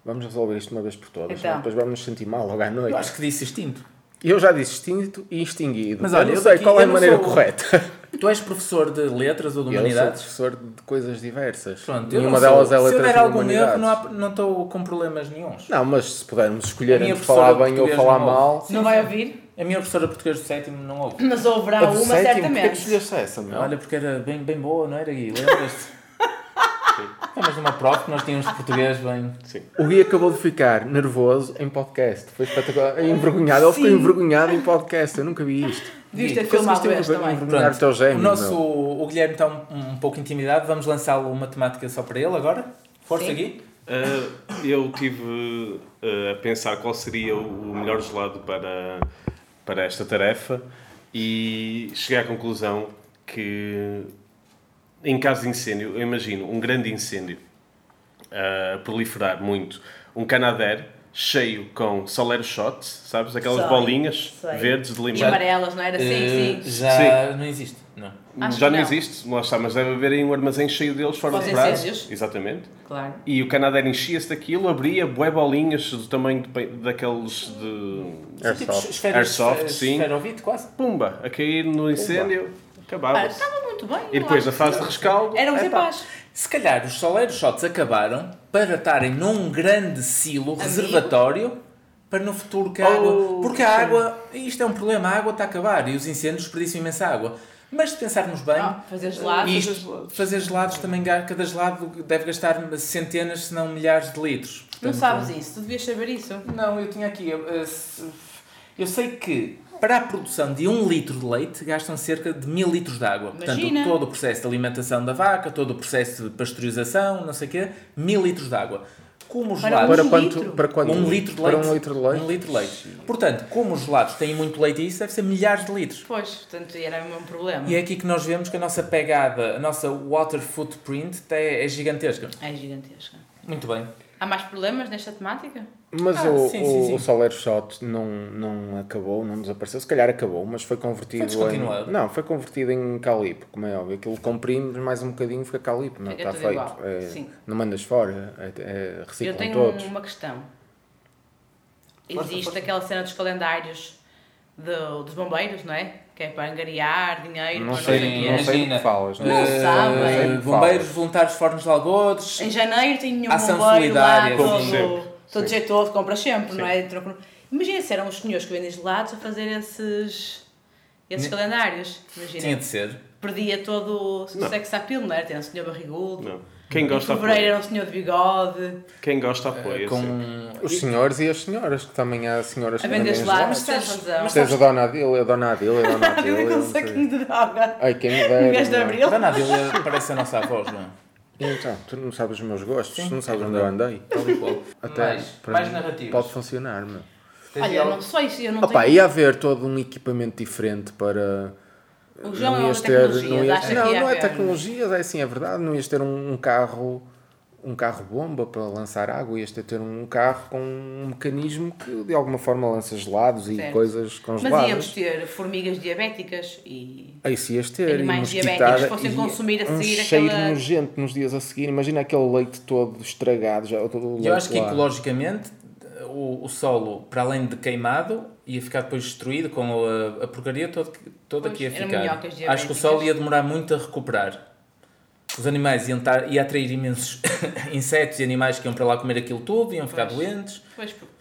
S4: Vamos resolver isto de uma vez por todas,
S2: Então.
S4: não? é? depois vamos nos sentir mal logo à
S3: Eu
S4: noite.
S3: acho que disse extinto.
S4: E Eu já disse extinto e extinguido.
S3: Mas
S4: Mas
S3: olha,
S4: olha,
S3: eu
S4: eu não sei
S3: daqui-
S4: qual é
S3: eu
S4: a
S3: não
S4: maneira
S3: sou-
S4: correta.
S3: Tu és professor de letras ou de
S4: Eu sou
S3: humanidades?
S4: professor de coisas diversas.
S3: Pronto, eu
S4: Nenhuma
S3: não sou.
S4: delas é letras
S3: Se eu der
S4: de
S3: algum erro,
S4: humanidades.
S3: não há- não estou com problemas nenhuns.
S4: Não, mas se pudermos
S3: É A
S4: escolher
S3: minha
S4: entre falar
S3: professora
S4: bem ou
S3: de português
S4: falar
S3: não ouve.
S4: mal.
S2: Não vai ouvir,
S3: A minha professora de português do sétimo não ouve.
S2: mas ouvirá uma
S4: Porquê que
S2: certamente.
S4: escolheste essa, meu?
S3: Olha, porque era bem, bem boa, não era, Gui? Lembras-te? Tínhamos uma prova que nós tínhamos de português bem.
S4: O Gui acabou de ficar nervoso em podcast. Foi espetacular. É Envergonhado. Ele ficou
S2: Sim.
S4: envergonhado em podcast. Eu nunca vi isto.
S2: Devias ter
S4: Gui, conseguiste
S2: filmado esta
S4: enver-
S2: bem.
S4: envergonhar o teu gêmeo,
S3: o nosso
S4: meu.
S3: o Guilherme está um, um pouco intimidado. Vamos lançá-lo uma temática só para ele agora? Força,
S2: Sim.
S3: Gui.
S1: Ah, eu tive ah, a pensar qual seria o o melhor gelado para, para esta tarefa e cheguei à conclusão que, em caso de incêndio, eu imagino um grande incêndio a proliferar muito um canadair cheio com solero shot, sabes? Aquelas
S2: Sei,
S1: bolinhas
S2: sei.
S1: verdes de limão.
S2: E amarelas, não era? Sim,
S3: Eh,
S2: sim.
S3: Já
S1: Sim.
S3: não existe. Não.
S2: Acho
S1: Já
S2: que
S1: não
S2: não.
S1: existe, lá está, mas deve haver aí um armazém cheio deles fora do
S2: Fazem
S1: prazo.
S2: incêndios.
S1: Exatamente.
S2: Claro.
S1: E o Canadair enchia-se daquilo, abria bué bolinhas do tamanho de pe- daqueles de...
S3: Tipo
S4: Airsoft.
S3: esferas-
S1: Airsoft, sim.
S3: esferovite, quase.
S1: Pumba, a cair no incêndio,
S2: Ah,
S1: acabava-se.
S2: Estava muito bem.
S1: E
S2: eu
S1: depois
S2: acho
S1: na fase de
S2: que- um
S1: rescaldo...
S2: Éramos em
S1: epá,
S2: paz.
S3: Se calhar os soleiros shots acabaram para estarem num grande silo reservatório para no futuro que a água.
S1: Oh,
S3: Porque a água, isto é um problema, a água está a acabar e os incêndios desperdiçam imensa água. Mas se pensarmos bem,
S2: Ah, fazer gelado.
S3: isto- fazer gelados também, ga- cada gelado deve gastar centenas, se não milhares de litros.
S2: Não
S3: Portanto,
S2: sabes isso, tu devias saber isso.
S3: Não, eu tinha aqui. Eu, eh, se- eu sei que para a produção de um litro de leite gastam cerca de mil litros de água.
S2: Imagina.
S3: Portanto, todo o processo de alimentação da vaca, todo o processo de pasteurização, não sei o quê, mil litros de água. Como os
S2: Para
S3: gelados.
S4: Para
S2: Um
S4: quanto?
S2: litro?
S4: Para quanto?
S3: Um litro de leite.
S4: Para um litro de leite.
S3: Um litro de leite. Portanto, como os gelados têm muito leite e isso, deve ser milhares de litros.
S2: Pois, portanto, era o mesmo um problema.
S3: E é aqui que nós vemos que a nossa pegada, a nossa water footprint é, é gigantesca.
S2: É gigantesca.
S3: Muito bem.
S2: Há mais problemas nesta temática?
S4: Mas
S3: Ah,
S4: o,
S3: sim,
S4: o,
S3: sim, sim.
S4: o Solero Shot não, não acabou, não desapareceu. Se calhar acabou, mas foi convertido
S3: Foi descontinuado.
S4: em. Não, foi convertido em calipo, como é óbvio. Aquilo comprimes mais um bocadinho, fica calipo, não
S2: Fica
S4: está
S2: tudo
S4: feito.
S2: igual,
S4: É,
S2: sim.
S4: não mandas fora, é, é,
S2: Eu
S4: reciclam
S2: tenho
S4: todos.
S2: uma questão.
S3: Força,
S2: Existe
S3: força.
S2: aquela cena dos calendários do- dos bombeiros, não é? Que é para angariar dinheiro,
S4: Não
S2: para
S4: sei,
S2: não sei o quê.
S4: não sei do que falas. não
S2: Não
S4: sei.
S2: sabem.
S3: Eh, Bombeiros, voluntários, fornos de algodos,
S2: Tá Em janeiro tem um
S3: Ação
S2: bombeiro lá
S3: solidária,
S1: como sempre.
S2: todo, todo
S1: Sim.
S2: jeitoso, compra sempre, não é? Troca- Imagina se eram os senhores que vendem gelados a fazer esses, esses
S3: Ni-
S2: calendários. Imagina.
S3: Tinha de ser.
S2: Perdia todo o
S1: Não.
S2: sexo appeal, não era? Tem um senhor barrigudo.
S1: Não. Quem
S2: Em
S1: gosta
S2: fevereiro
S1: apoia.
S2: era um senhor de bigode.
S1: Quem gosta apoia, sim.
S3: Com...
S4: Os senhores e as senhoras, que também há senhoras que
S2: A vender
S4: vendem
S2: gelados,
S4: gelados.
S2: tens
S3: Mas-
S2: razão.
S3: mas-
S4: Tens a Dona Adil, a Dona Adil, a Dona Adil.
S2: Abriu
S4: eu
S2: com um
S4: não sei.
S2: saquinho de droga.
S4: Ai, quem é me
S2: No mês de
S4: dera.
S2: abril.
S3: A Dona Adília parece a nossa avó, não é?
S4: meu. Então, tu não sabes os meus gostos,
S3: Sim,
S4: tu não sabes
S3: é
S4: onde eu andei.
S3: Tal e qual.
S4: Até
S3: mais,
S4: para
S3: mais
S4: mim,
S3: narrativas.
S4: Pode funcionar, meu.
S3: Tens
S2: Olha,
S3: algo-
S2: não só isso, eu não
S4: Opa,
S2: tenho.
S4: ia haver todo um equipamento diferente para.
S2: O João é
S4: não
S2: uma
S4: ias ter.
S2: tecnologia,
S4: Não, ias,
S2: acha é
S4: não,
S2: que ia
S4: não é
S2: haver.
S4: tecnologia, é sim, é verdade. Não ias ter um, um carro um carro-bomba para lançar água, ias ter ter um carro com um mecanismo que de alguma forma lança gelados e
S2: Certo.
S4: coisas
S2: Mas íamos
S4: congeladas.
S2: ter formigas diabéticas e.
S4: Aí se ias ter, e
S2: Animais diabéticos
S4: mosquitada,
S2: fossem
S4: e
S2: consumir a
S4: um
S2: seguir
S4: cheiro
S2: aquela-
S4: nojento nos dias a seguir. Imagina aquele leite todo estragado. Já, o
S3: E
S4: leite
S3: eu acho que
S4: lá.
S3: ecologicamente o, o solo, para além de queimado, ia ficar depois destruído com a, a porcaria toda, que- toda
S2: Pois,
S3: que ia
S2: eram
S3: ficar.
S2: minhocas
S3: Acho que o
S2: diabéticas.
S3: solo ia demorar muito a recuperar. Os animais iam estar, ia atrair imensos insetos e animais que iam para lá comer aquilo tudo, iam ficar
S2: Pois.
S3: doentes.
S2: Pois, porque-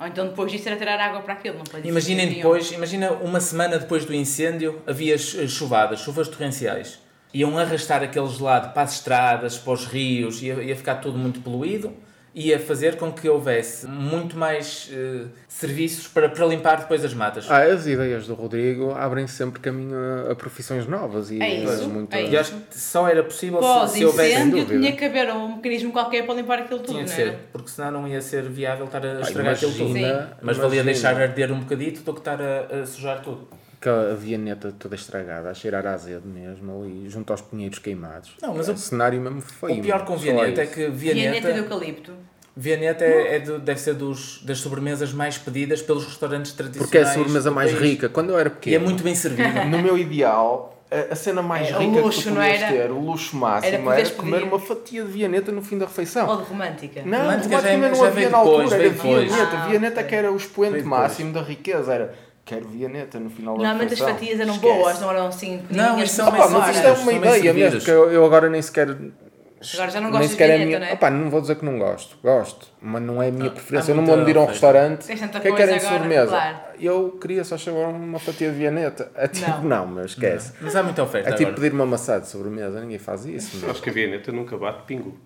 S2: ou então depois disso era tirar água para aquilo, não fazia
S3: Imaginem
S2: sentido nenhum.
S3: depois, imagina uma semana depois do incêndio, havia chu- chuvadas, chuvas torrenciais. Iam arrastar aquele gelado para as estradas, para os rios, ia, ia ficar tudo muito poluído, ia fazer com que houvesse muito mais eh, serviços para, para limpar depois as matas.
S4: Ah, as ideias do Rodrigo abrem sempre caminho a, a profissões novas e
S2: É isso,
S4: coisas muito.
S2: é
S3: e acho que só era possível
S2: Pós
S3: se, se houvesse.
S2: incêndio né?
S4: Sem dúvida.
S2: tinha que haver um mecanismo qualquer para limpar aquilo tudo,
S3: Tinha de
S2: não
S3: ser,
S2: era?
S3: porque senão não ia ser viável estar a
S4: Pá,
S3: estragar aquilo tudo.
S2: Sim.
S4: imagina-
S3: Mas valia
S4: imagina
S3: deixar arder um bocadito do que estar a, a sujar tudo.
S4: Aquela vianeta toda estragada, a cheirar a azedo mesmo ali, junto aos pinheiros queimados.
S3: Não, mas
S4: é
S3: o-
S4: um cenário mesmo feio.
S3: O pior com Vianeta é que
S2: Vianeta de eucalipto.
S3: Vianeta é, é do- deve ser dos, das sobremesas mais pedidas pelos restaurantes tradicionais.
S4: Porque é a sobremesa
S3: do
S4: mais
S3: país.
S4: rica. Quando eu era
S3: E
S4: pequeno.
S3: é muito bem servida.
S4: No meu ideal, a a cena mais
S2: É, o
S4: rica
S2: luxo,
S4: que tu
S2: não
S4: podias
S2: era?
S4: ter, o luxo máximo,
S2: Era
S4: era,
S2: poderes
S4: comer
S2: pedir.
S4: uma fatia de vianeta no fim da refeição.
S2: Ou de romântica.
S4: Não,
S3: Mas
S4: o
S3: que já é- já
S4: Batman não havia
S3: veio
S4: na
S3: depois,
S4: altura,
S3: veio
S4: era
S3: depois.
S4: vianeta.
S2: Ah,
S4: vianeta que era o expoente
S3: Veio depois.
S4: máximo da riqueza, era quero vianeta no final da
S2: Normalmente as
S4: refeição.
S2: fatias eram
S4: Esquece.
S2: boas, não eram assim.
S3: Não,
S2: pequenininhas,
S3: isso são
S2: mas
S4: Opa,
S3: mais
S2: agora-
S4: mas isto é uma
S3: são bem
S4: ideia
S3: servidas.
S4: mesmo, porque eu, eu agora nem sequer...
S2: Agora já não
S4: nem
S2: gostas de
S4: sequer é
S2: vianeta,
S4: minha,
S2: não é?
S4: Opa, não vou dizer que não gosto, gosto, mas não é a minha
S3: há
S4: preferência. Eu não me lembro de ir a um
S3: muita
S4: restaurante,
S2: Tens tanta
S4: o que é que
S2: coisa
S4: querem de
S2: agora,
S4: sobremesa?
S2: claro.
S4: Eu queria só chamar uma fatia de vianeta. É tipo, não, meu, esquece.
S3: Mas há muita oferta
S4: É tipo
S3: agora.
S4: pedir uma maçã de sobremesa, ninguém faz isso. meu.
S1: Acho que a Vianeta nunca bate pingu.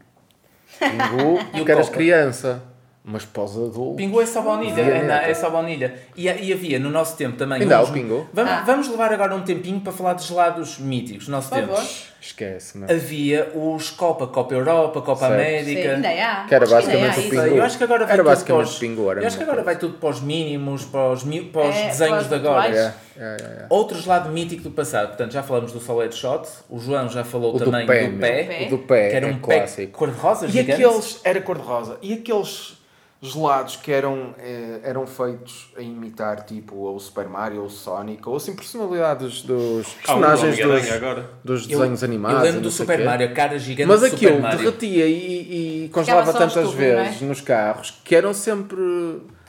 S3: E
S4: Pingu,
S3: o
S4: porque eras
S3: Coca?
S4: criança, mas pós adulto.
S3: Pingu é só baunilha. É,
S4: Vianeta.
S3: na- é só baunilha. E, ha- e havia no nosso tempo também...
S4: Ainda há
S3: uns-
S4: o Pingu?
S3: Vamos,
S2: Ah.
S3: vamos levar agora um tempinho para falar de gelados míticos. Nosso
S2: Por
S3: tempo.
S2: favor.
S4: Esquece, meu.
S3: Havia os Copa, Copa Europa, Copa
S4: Certo.
S2: Sim,
S3: América.
S2: ainda há.
S4: Que era
S2: Acho ainda
S4: basicamente
S2: há
S4: o
S2: isso.
S4: pingo.
S3: Eu acho que agora vai
S4: Era
S3: tudo
S4: basicamente
S3: para os,
S4: Pingu, era
S3: Eu acho que
S4: uma
S3: agora
S4: coisa.
S3: vai tudo para os mínimos, para os, mi- para os
S2: É, para
S3: desenhos
S2: os
S3: de agora.
S2: virtuais.
S4: É, é, é.
S3: Outro gelado mítico do passado, portanto, já falamos do Solid Shot, o João já falou
S4: O do
S3: também
S4: pé,
S3: do
S4: meu.
S3: pé,
S4: O do pé,
S3: que era
S4: é
S3: um pé
S4: clássico.
S3: cor-de-rosa
S4: E
S3: gigante.
S4: aqueles, era cor-de-rosa, e aqueles gelados que eram, eh, eram feitos a imitar, tipo, ou o Super Mario, ou o Sonic, ou assim, personalidades
S3: Ah,
S1: Há
S4: dos
S1: um do
S4: personagens dos,
S1: Homem-Aranha agora.
S4: dos
S3: Eu-
S4: desenhos animados.
S3: Eu lembro
S4: e
S3: do
S4: não sei
S3: Super
S4: quê.
S3: Mario, a cara gigante
S4: Mas
S3: do Super
S4: aquilo
S3: Mario.
S4: derretia e, e congelava
S2: Ficava só um
S4: tantas
S2: estudo, não é?
S4: vezes nos carros que eram sempre.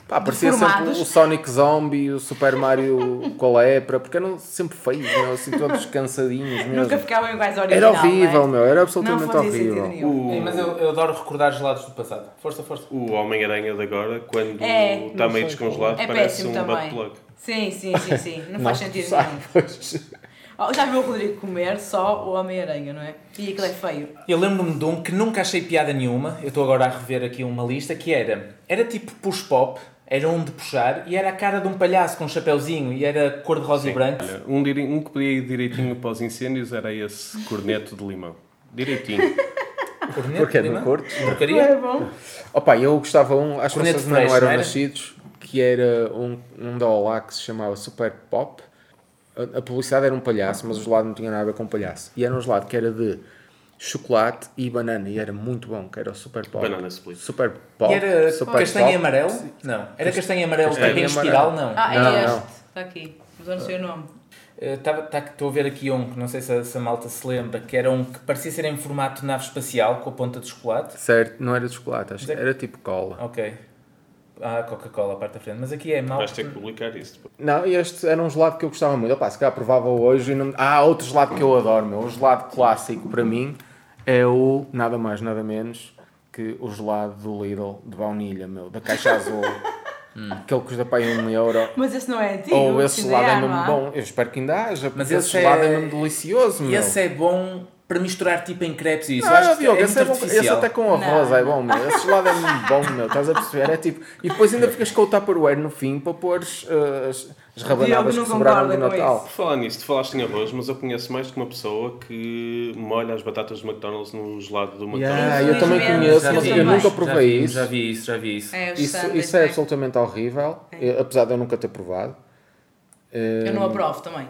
S4: Pá, parecia sempre
S2: Deformados.
S4: o Sonic Zombie, o Super Mario com a lepra, porque eram sempre feios, meu, assim, todos cansadinhos mesmo.
S2: Nunca ficavam iguais ao
S4: Era
S2: original.
S4: horrível,
S2: não é?
S4: meu, era absolutamente
S2: Não fazia sentido
S4: horrível.
S2: nenhum.
S1: O,
S3: Ei, Mas eu, eu adoro recordar gelados do passado. Força, força.
S1: o Homem-Aranha de agora, quando
S2: É,
S1: está meio descongelado,
S2: É
S1: parece
S2: péssimo
S1: um butt
S2: também.
S1: plug.
S2: Sim, sim, sim, sim. Não faz sentido nenhum. Oh, Já viu o Rodrigo comer só o Homem-Aranha, não é? E aquilo é feio.
S3: Eu lembro-me de um que nunca achei piada nenhuma, eu estou agora a rever aqui uma lista, que era, era tipo push-pop, era um de puxar, e era a cara de um palhaço com um chapéuzinho, e era cor-de-rosa e branco.
S1: Olha, um, diri- um que podia ir direitinho para os incêndios era esse corneto de limão. Direitinho.
S3: Corneto,
S4: Porque é de
S3: limão?
S4: curto.
S3: Porcaria.
S2: é bom.
S4: Opa, eu gostava um, acho que
S3: Corneto
S4: vocês ainda não
S3: fresh,
S4: eram
S3: não era?
S4: nascidos, que era um, um da Olá que se chamava Super Pop. A, a publicidade era um palhaço, mas o gelado não tinha nada a ver com palhaço. E era um gelado que era de chocolate e banana, e era muito bom, que era o Super Pop.
S1: Banana split.
S4: Super Pop.
S3: E era
S4: super
S3: castanho
S4: Pop.
S3: e amarelo? Não. Era castanho e amarelo,
S1: Castanho
S3: tem
S4: e
S3: espiral?
S4: amarelo.
S3: Não.
S2: Ah, é
S4: Não, não.
S2: este. Está aqui. Mas eu não sei o nome.
S3: Eh, tava- tá- Estou a ver aqui um, que não sei se a, se a malta se lembra, que era um que parecia ser em formato de nave espacial, com a ponta de chocolate.
S4: Certo, não era de chocolate, acho que era tipo cola.
S3: Ok. Ah, Coca-Cola, a parte da frente. Mas aqui é mal.
S1: Vais ter que publicar isso. depois.
S4: Não, este era um gelado que eu gostava muito. Opa, se calhar provava hoje. E não... Ah, outro gelado que eu adoro, meu. O gelado clássico para mim é o nada mais, nada menos que o gelado do Lidl de baunilha, meu. Da caixa azul.
S3: Hum.
S4: Aquele que custa para aí um euro.
S2: Mas esse não é antigo.
S4: Ou esse
S2: isso ainda
S4: gelado
S2: há,
S4: é
S2: não
S4: mesmo
S2: há?
S4: bom. Eu espero que ainda haja, porque
S3: Mas
S4: esse
S3: esse é-
S4: gelado é mesmo delicioso, meu.
S3: Esse é bom para misturar tipo em crepes e isso.
S4: Não,
S3: Eu acho que
S4: Diogo,
S3: é
S4: esse,
S3: muito
S4: é bom- esse
S3: artificial.
S4: até com arroz
S2: Não.
S4: é bom, meu. Esse gelado é muito bom, meu. Estás a perceber? É tipo... E depois ainda ficas com o Tupperware no fim para pôr as, as
S2: Diogo
S4: rabanadas
S2: não
S4: que sobraram do
S2: concorda com
S4: Natal.
S1: Por falar nisso, tu falaste em arroz, mas eu conheço mais de uma pessoa que molha as batatas do McDonald's no gelado do McDonald's.
S4: Yeah, eu
S3: assim.
S4: também
S2: Infelizmente,
S4: conheço,
S2: eu
S4: mas eu
S2: também.
S4: nunca
S3: já vi,
S4: provei isso.
S3: Já vi isso, já vi isso.
S2: É, os
S4: Isso,
S2: sandes,
S4: isso é
S2: não
S4: absolutamente horrível, eh, apesar de eu nunca ter provado.
S2: Eu não aprovo também.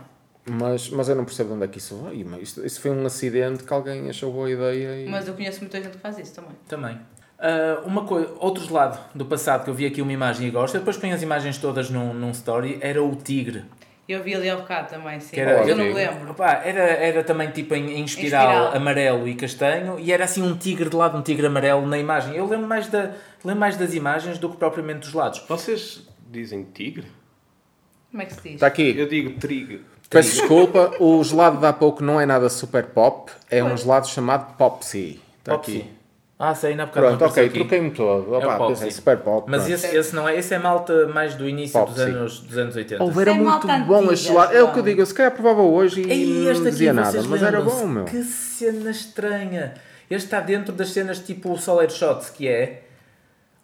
S4: Mas, mas eu não percebo de onde é que isso vai. mas Isto, isso foi um acidente que alguém achou boa ideia e.
S2: Mas eu conheço muita gente que faz isso também.
S3: Também. Ah, uma coisa, outro lado do passado que eu vi aqui uma imagem e gosto, eu depois ponho as imagens todas num, num story, era o tigre.
S2: Eu vi ali ao bocado também, sim.
S3: Que era-
S2: eu não me
S4: Ok.
S2: lembro.
S3: Opa, era, era também tipo em, em espiral,
S2: espiral.
S3: amarelo e castanho e era assim um tigre de lado, um tigre amarelo na imagem. Eu lembro mais, da, lembro mais das imagens do que propriamente dos lados.
S1: Vocês dizem tigre?
S2: Como é que se diz?
S4: Está aqui.
S1: Eu digo trigo.
S4: Peço desculpa, o gelado de há pouco não é nada super pop, é um gelado chamado Popsy. Está
S3: Popsy.
S4: aqui.
S3: Ah, sei, na bocado não
S4: Pronto,
S3: apareceu
S4: ok,
S3: aqui.
S4: troquei-me todo.
S3: É o
S4: Opa,
S3: Popsy.
S4: pensei super pop.
S3: Mas
S4: pronto.
S3: esse, esse não é, esse é malta mais do início dos
S4: Popsy.
S3: anos, dos anos 80.
S4: Houve, era
S2: Sem
S4: muito
S2: malta
S4: bom
S2: antiga,
S4: este gelado. É o que eu
S2: João.
S4: digo, eu se calhar provava hoje e
S3: Ei, este
S4: não
S3: aqui, vocês
S4: dizia nada, mas era
S3: lembram-se?
S4: bom, meu.
S3: Que cena estranha. Este está dentro das cenas tipo o Solar Shot, que é...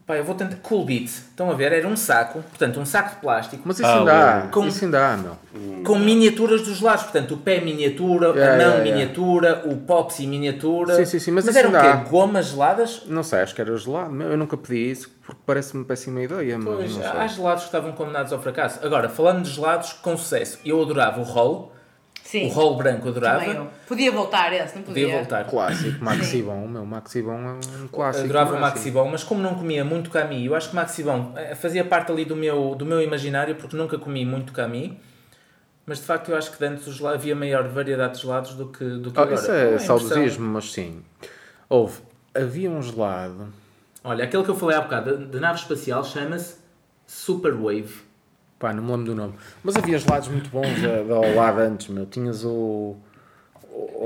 S3: Pá, eu vou tentar... Cool Beat. Estão a ver? Era um saco, portanto, um saco de plástico.
S4: Mas isso
S1: Ah,
S4: ainda há,
S3: com-
S4: isso ainda há, meu.
S3: com miniaturas dos lados, portanto, o pé miniatura, a
S4: Hum. Yeah,
S3: mão
S4: yeah, yeah.
S3: miniatura, o popsy miniatura.
S4: Sim, sim, sim, mas assim isso
S3: eram o
S4: ainda há.
S3: quê? Gomas geladas?
S4: Não sei, acho que era gelado, meu. Eu nunca pedi isso porque parece-me péssima ideia, mas
S3: Pois,
S4: não
S3: há
S4: sei.
S3: gelados que estavam condenados ao fracasso. Agora, falando de gelados com sucesso, eu adorava o rol,
S2: Sim.
S3: o
S4: um
S3: rol branco
S2: também
S3: adorava,
S2: eu. Podia voltar esse, não podia?
S3: podia voltar.
S4: Clássico, Maxi Bon, meu. Maxi Bon é assim? um clássico.
S3: Adorava o
S4: clássico.
S3: Maxibão, mas como não comia muito cami, eu acho que Maxibão eh, fazia parte ali do meu, do meu imaginário porque nunca comi muito cami. Mas de facto eu acho que antes o gelado- havia maior variedade de gelados do que, do que
S4: Ah,
S3: agora.
S4: isso
S3: Não
S4: é
S3: impressão.
S4: saudosismo, mas sim. Houve, havia um gelado.
S3: Olha, aquele que eu falei há bocado, de- de nave espacial, chama-se Superwave.
S4: Pá, não me lembro do nome. Mas havia gelados muito bons da, da Olá antes, meu. Tinhas o. o-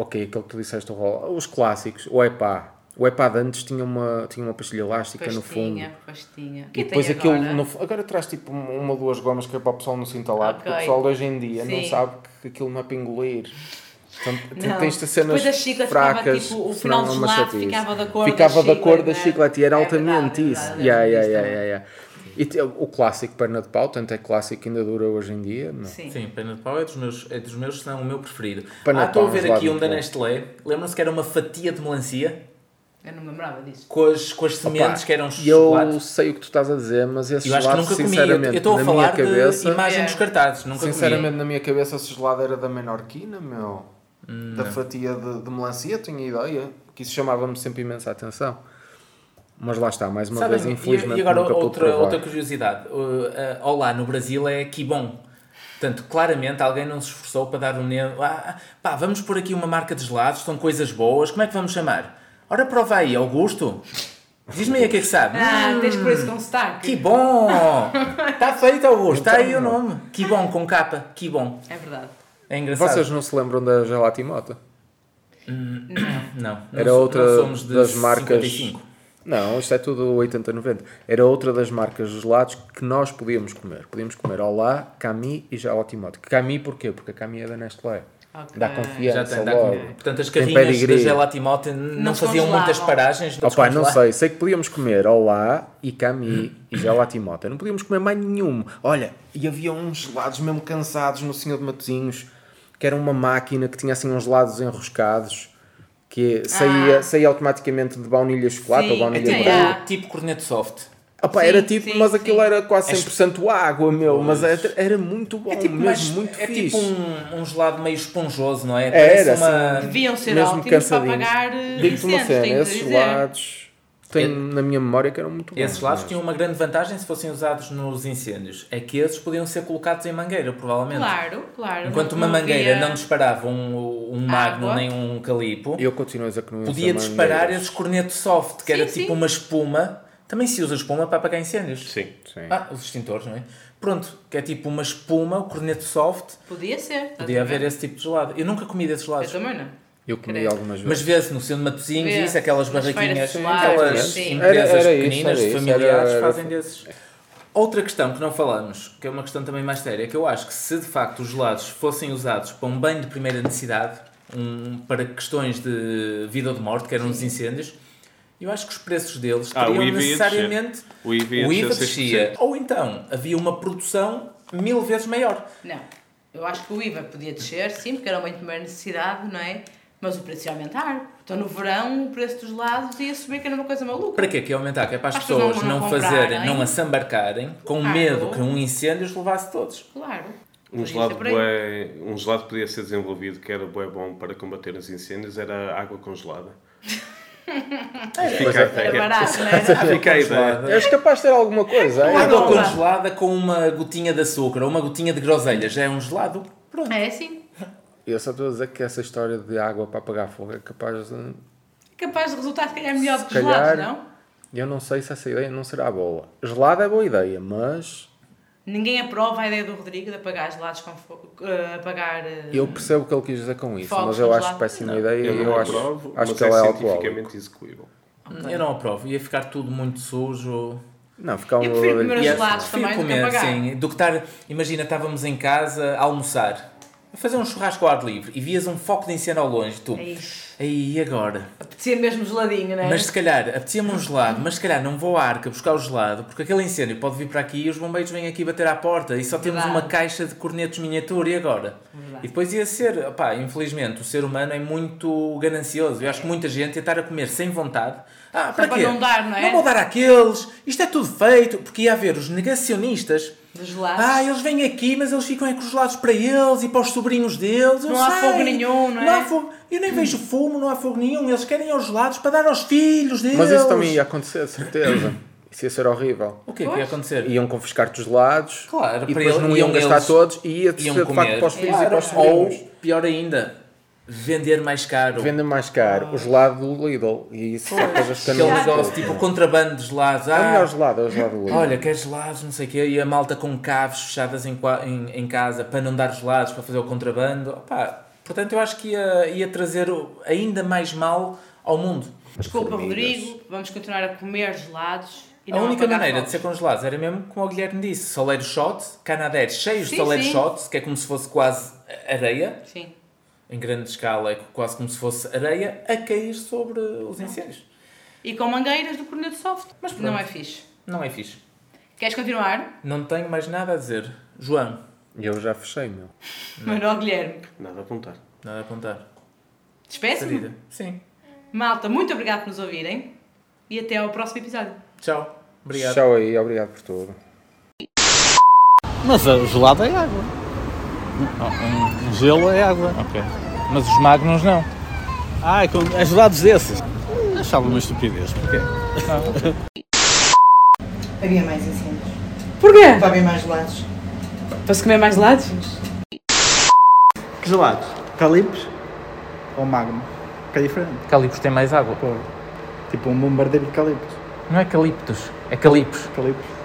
S4: Ok, aquele que tu disseste, o Olá. Os clássicos, o Epá. O Epá de antes tinha uma, tinha uma pastilha elástica no fundo.
S2: Pastinha, pastinha. O que
S4: e depois
S2: tem
S4: aquilo.
S2: agora?
S4: no fu- agora traz tipo um- uma ou duas gomas que é para o pessoal não se entalar, porque o
S2: Ok.
S4: pessoal de hoje em dia não
S2: Sim.
S4: sabe que aquilo não é para engolir. Portanto,
S2: Não.
S4: te- tens de cenas
S2: Depois a chiclete ficava,
S4: fracas,
S2: tipo, o
S4: senão
S2: final do
S4: é uma
S2: gelado
S4: chatice.
S2: ficava da cor da
S4: Ficava da cor da
S2: chiclete, né?
S4: chiclete e era
S2: É
S4: altamente
S2: verdade, é
S4: isso.
S2: verdade,
S4: Yeah,
S2: eu
S4: yeah,
S2: lembro
S4: yeah, yeah, yeah. E te- o clássico perna de pau, tanto é clássico que ainda dura hoje em dia. Não.
S2: Sim.
S3: Sim, Pena de Pau é dos meus, é dos meus se não o meu preferido.
S4: Pena
S3: ah,
S4: de
S3: estou a
S4: Pau,
S3: ver
S4: gelado
S3: aqui um
S4: muito
S3: da
S4: bom.
S3: Nestlé. Lembram-se que era uma fatia de melancia
S2: Eu não me lembrava disso.
S3: com as, com as sementes
S4: Pá,
S3: que eram
S4: e eu
S3: chocolate.
S4: sei o que tu estás a dizer, mas esse
S3: Eu acho que
S4: gelado,
S3: nunca comi. Eu
S4: sinceramente,
S3: eu estou a
S4: na
S3: falar
S4: minha
S3: de
S4: cabeça,
S3: imagens
S2: É.
S3: descartadas. Nunca
S4: sinceramente, na minha cabeça, esse gelado era da menorquina, meu.
S3: Hum, é.
S4: da fatia de, de melancia, tinha ideia. Que isso chamava-me sempre imensa atenção. Mas lá está, mais
S3: comi.
S4: uma
S3: Sabem,
S4: vez,
S3: e-
S4: infelizmente,
S3: e agora
S4: nunca pude
S3: outra,
S4: provar.
S3: outra curiosidade. Uh, uh, olá no Brasil é que bom. Portanto, claramente alguém não se esforçou para dar um nome. Ah, pá, vamos pôr aqui uma marca de gelados, são coisas boas, como é que vamos chamar? Ora, prova aí, Augusto. Diz-me aí o que é que sabe.
S2: Ah, tens por isso com
S3: Que
S2: sotaque.
S3: bom! Está feito, Augusto. Está
S4: Então,
S3: aí o nome. Que bom, com capa. Que bom.
S2: É verdade.
S3: É engraçado.
S4: Vocês não se lembram da Gelatimota?
S3: Não. não
S4: Era
S3: so-
S4: outra
S3: não somos de
S4: das marcas.
S3: 55.
S4: Não, isto é tudo 80, 90. Era outra das marcas de gelados que nós podíamos comer. Podíamos comer Olá, Cami e Gelatimote. Cami porquê? Porque a Cami é da Nestlé.
S2: Ok.
S4: Dá
S3: Já
S4: confiança
S3: tem, dá
S4: logo.
S3: com... Portanto, as
S4: Tem
S3: carrinhas da
S4: pedigree.
S3: Gelatimote não,
S2: Não
S3: faziam
S2: descongelavam.
S3: muitas paragens.
S4: Opa, não
S3: descongelavam.
S4: sei, sei que podíamos comer Olá e Cami e Gelatimota. Não podíamos comer mais nenhum. Olha, e havia uns gelados mesmo cansados no Senhor de Matozinhos, que era uma máquina que tinha assim uns gelados enroscados, que é, saía, saía automaticamente de baunilha chocolate
S2: Sim,
S4: ou baunilha
S2: até
S4: branca.
S2: há.
S3: Tipo, tipo corneto soft.
S4: Opa,
S2: Sim,
S4: era tipo,
S2: sim,
S4: mas aquilo
S2: sim.
S4: era quase 100% água, meu. Mas era, era muito bom,
S3: É tipo,
S4: mesmo
S3: mais-
S4: muito
S3: é
S4: fixe.
S3: tipo um, um gelado meio esponjoso, não é?
S4: era,
S3: uma...
S2: Deviam ser
S4: Mesmo
S2: ótimos para
S4: cansadinho.
S2: pagar eh,
S4: Digo-te uma
S2: incêndios,
S4: cena,
S2: tenho de
S4: esses
S2: dizer.
S4: gelados, tenho na minha memória que eram muito bons.
S3: É. Esses lados
S4: mas-
S3: tinham uma grande vantagem se fossem usados nos incêndios. É que esses podiam ser colocados em mangueira, provavelmente.
S2: Claro, claro.
S3: Enquanto uma mangueira não disparava um, um magno
S2: Água.
S3: nem um calipo,
S4: Eu continuo a dizer que não ia
S3: podia
S4: ser
S3: disparar
S4: mangueiras.
S3: esse corneto soft, que era
S2: Sim,
S3: tipo
S2: sim.
S3: uma espuma. Também se usa espuma para apagar incêndios.
S1: Sim.
S4: Sim.
S3: Ah, os extintores, não é? Pronto, que é tipo uma espuma, o corneto soft.
S2: Podia ser. estás
S3: Podia
S2: a ver?
S3: haver esse tipo de gelado. Eu nunca comi desses
S2: Eu
S3: gelados.
S2: também não.
S4: Eu comi
S2: Credo.
S4: algumas vezes.
S3: Mas vê-se no centro de Matosinhos,
S2: Vê-se
S3: isso, aquelas
S2: nas feiras
S3: barraquinhas,
S2: solares,
S3: aquelas
S2: sim.
S3: empresas
S4: Era- era isso,
S3: pequeninas,
S4: era isso,
S3: familiares,
S4: era- era-
S3: fazem desses. Outra questão que não falamos, que é uma questão também mais séria, que eu acho que se de facto os gelados fossem usados para um banho de primeira necessidade, um, para questões de vida ou de morte, que eram os incêndios, eu acho que os preços deles
S1: Ah, o IVA
S3: teriam
S1: ia descer.
S3: necessariamente...
S1: O IVA ia
S3: o IVA
S1: descer 6%.
S3: descia. Ou então, havia uma produção mil vezes maior.
S2: Não. Eu acho que o IVA podia descer, sim, porque era uma primeira necessidade, não é? Mas o preço ia aumentar. Então no verão o preço dos lados ia subir, que era uma coisa maluca.
S3: Para quê que ia aumentar? Que é para as
S2: Para as
S3: pessoas
S2: pessoas não
S3: não é? Ah,
S2: comprarem.
S3: fazerem, não assambarcarem, com
S2: Claro.
S3: medo que um incêndio os levasse todos.
S2: Claro.
S1: Um gelado, bué, um gelado que podia ser desenvolvido que era bué bom para combater os incêndios era água congelada.
S4: Pois
S1: Fica a
S4: é.
S2: É
S1: ideia.
S2: barato, não é?
S1: Fica a ideia.
S4: És capaz de ter alguma
S2: Ah,
S4: coisa, é?
S3: Água
S2: Nova.
S3: congelada com uma gotinha de açúcar ou uma gotinha de groselha já é um gelado. Pronto.
S2: É assim.
S4: Eu só estou a dizer que essa história de água para apagar fogo é capaz de.
S2: Capaz de resultar, se calhar, melhor do que os
S4: calhar-
S2: lados, não?
S4: Eu não sei se essa ideia não será boa. Gelada é boa ideia, mas
S2: Ninguém aprova a ideia do Rodrigo de apagar gelados com fogo. eh, apagar. eh,
S4: eu percebo o que ele quis dizer com isso.
S2: Fogos
S4: mas eu acho
S2: congelados.
S4: péssima ideia
S1: Eu
S4: e
S1: não
S4: é, eu acho,
S1: aprovo,
S4: acho
S1: mas
S4: que ela é
S1: é
S4: alcoólica.
S1: cientificamente execuível.
S3: Eu não aprovo. Ia ficar tudo muito sujo.
S4: Não, ficar um
S2: Eu prefiro
S4: ladrilho-
S2: Os
S3: Ia-
S2: gelados
S3: prefiro
S2: também do que apagar.
S3: sim, do que estar. Imagina, estávamos em casa a almoçar, a fazer um churrasco ao ar livre e vias um foco de incêndio ao longe. Tu,
S2: Ai,
S3: aí e agora?
S2: Apetecia mesmo geladinho, não é?
S3: Mas se calhar, apetecia-me um gelado, mas se calhar não vou à arca buscar o gelado, porque aquele incêndio pode vir para aqui e os bombeiros vêm aqui bater à porta e só temos
S2: Verdade.
S3: uma caixa de cornetos miniatura e agora?
S2: Verdade.
S3: E depois ia ser, opá, infelizmente, o ser humano é muito ganancioso. Eu acho que muita gente ia estar a comer sem vontade. Ah, para
S2: para
S3: quê?
S2: não dar, não é?
S3: Não vou dar àqueles, isto é tudo feito, porque ia haver os negacionistas.
S2: Dos gelados.
S3: Ah, eles vêm aqui, mas eles ficam é com os gelados para eles e para os sobrinhos deles. eu
S2: Não há
S3: sei.
S2: fogo nenhum, não é?
S3: Não há fogo. Eu nem vejo fumo, não há fogo nenhum. Eles querem aos gelados para dar aos filhos deles.
S4: Mas isso também ia acontecer, de certeza. Isso ia ser horrível.
S3: O que é que ia
S2: Pois.
S3: acontecer?
S4: Iam confiscar-te os lados
S3: Claro,
S4: e
S3: para
S4: depois
S3: ele-
S4: não
S3: iam
S4: iam gastar
S3: eles-
S4: todos e ia
S3: Iam
S4: ser de facto
S3: comer.
S4: para os filhos e
S3: Claro.
S4: para os
S3: Ou,
S4: sobrinhos.
S3: pior ainda, vender mais caro.
S4: Vender mais caro o gelado do Lidl e isso são coisas que eu
S3: Aquele
S4: não
S3: negócio,
S4: gosto.
S3: tipo contrabando de gelados.
S4: É o melhor
S3: Ah,
S4: gelado, é o gelado do Lidl.
S3: Olha, quer gelados, não sei o quê, e a malta com caves fechadas em, qua- em- em casa para não dar gelados, para fazer o contrabando. Opá, portanto, eu acho que ia, ia trazer o- ainda mais mal ao mundo.
S2: Desculpa,
S4: Formigas.
S2: Rodrigo, vamos continuar a comer gelados. E
S3: a
S2: não
S3: única
S2: apagar
S3: maneira de
S2: fogos.
S3: ser congelados era mesmo como o Guilherme disse: soleiro shot, canadeiros cheios
S2: Sim,
S3: de soleiro
S2: sim.
S3: shot, que é como se fosse quase areia,
S2: Sim.
S3: em grande escala, é quase como se fosse areia a cair sobre os incêndios.
S2: E com mangueiras do corneto soft. Mas
S3: pronto.
S2: não é fixe.
S3: Não é fixe.
S2: Queres continuar?
S3: Não tenho mais nada a dizer. João,
S4: Eu já fechei, meu.
S2: Manuel Guilherme.
S1: Nada a apontar.
S3: nada a apontar.
S2: Despeço-me.
S3: Sarida. Sim.
S2: Malta, muito obrigado por nos ouvirem. E até ao próximo episódio.
S3: Tchau. Obrigado.
S4: Tchau aí, obrigado por tudo.
S5: Mas o gelado é água. Um gelo é água.
S3: Mas os magnos não.
S5: Ah, é com é gelados desses. Achava uma estupidez. Porquê?
S6: Havia mais incêndios.
S2: Porquê?
S6: Para haver mais lados.
S2: Para se comer mais gelados?
S5: Que gelados? Calipos ou magno? Que é diferente.
S3: Calipos tem mais água.
S5: Tipo um bombardeiro de calipos.
S3: Não é caliptos, é calipos.
S5: Calipos.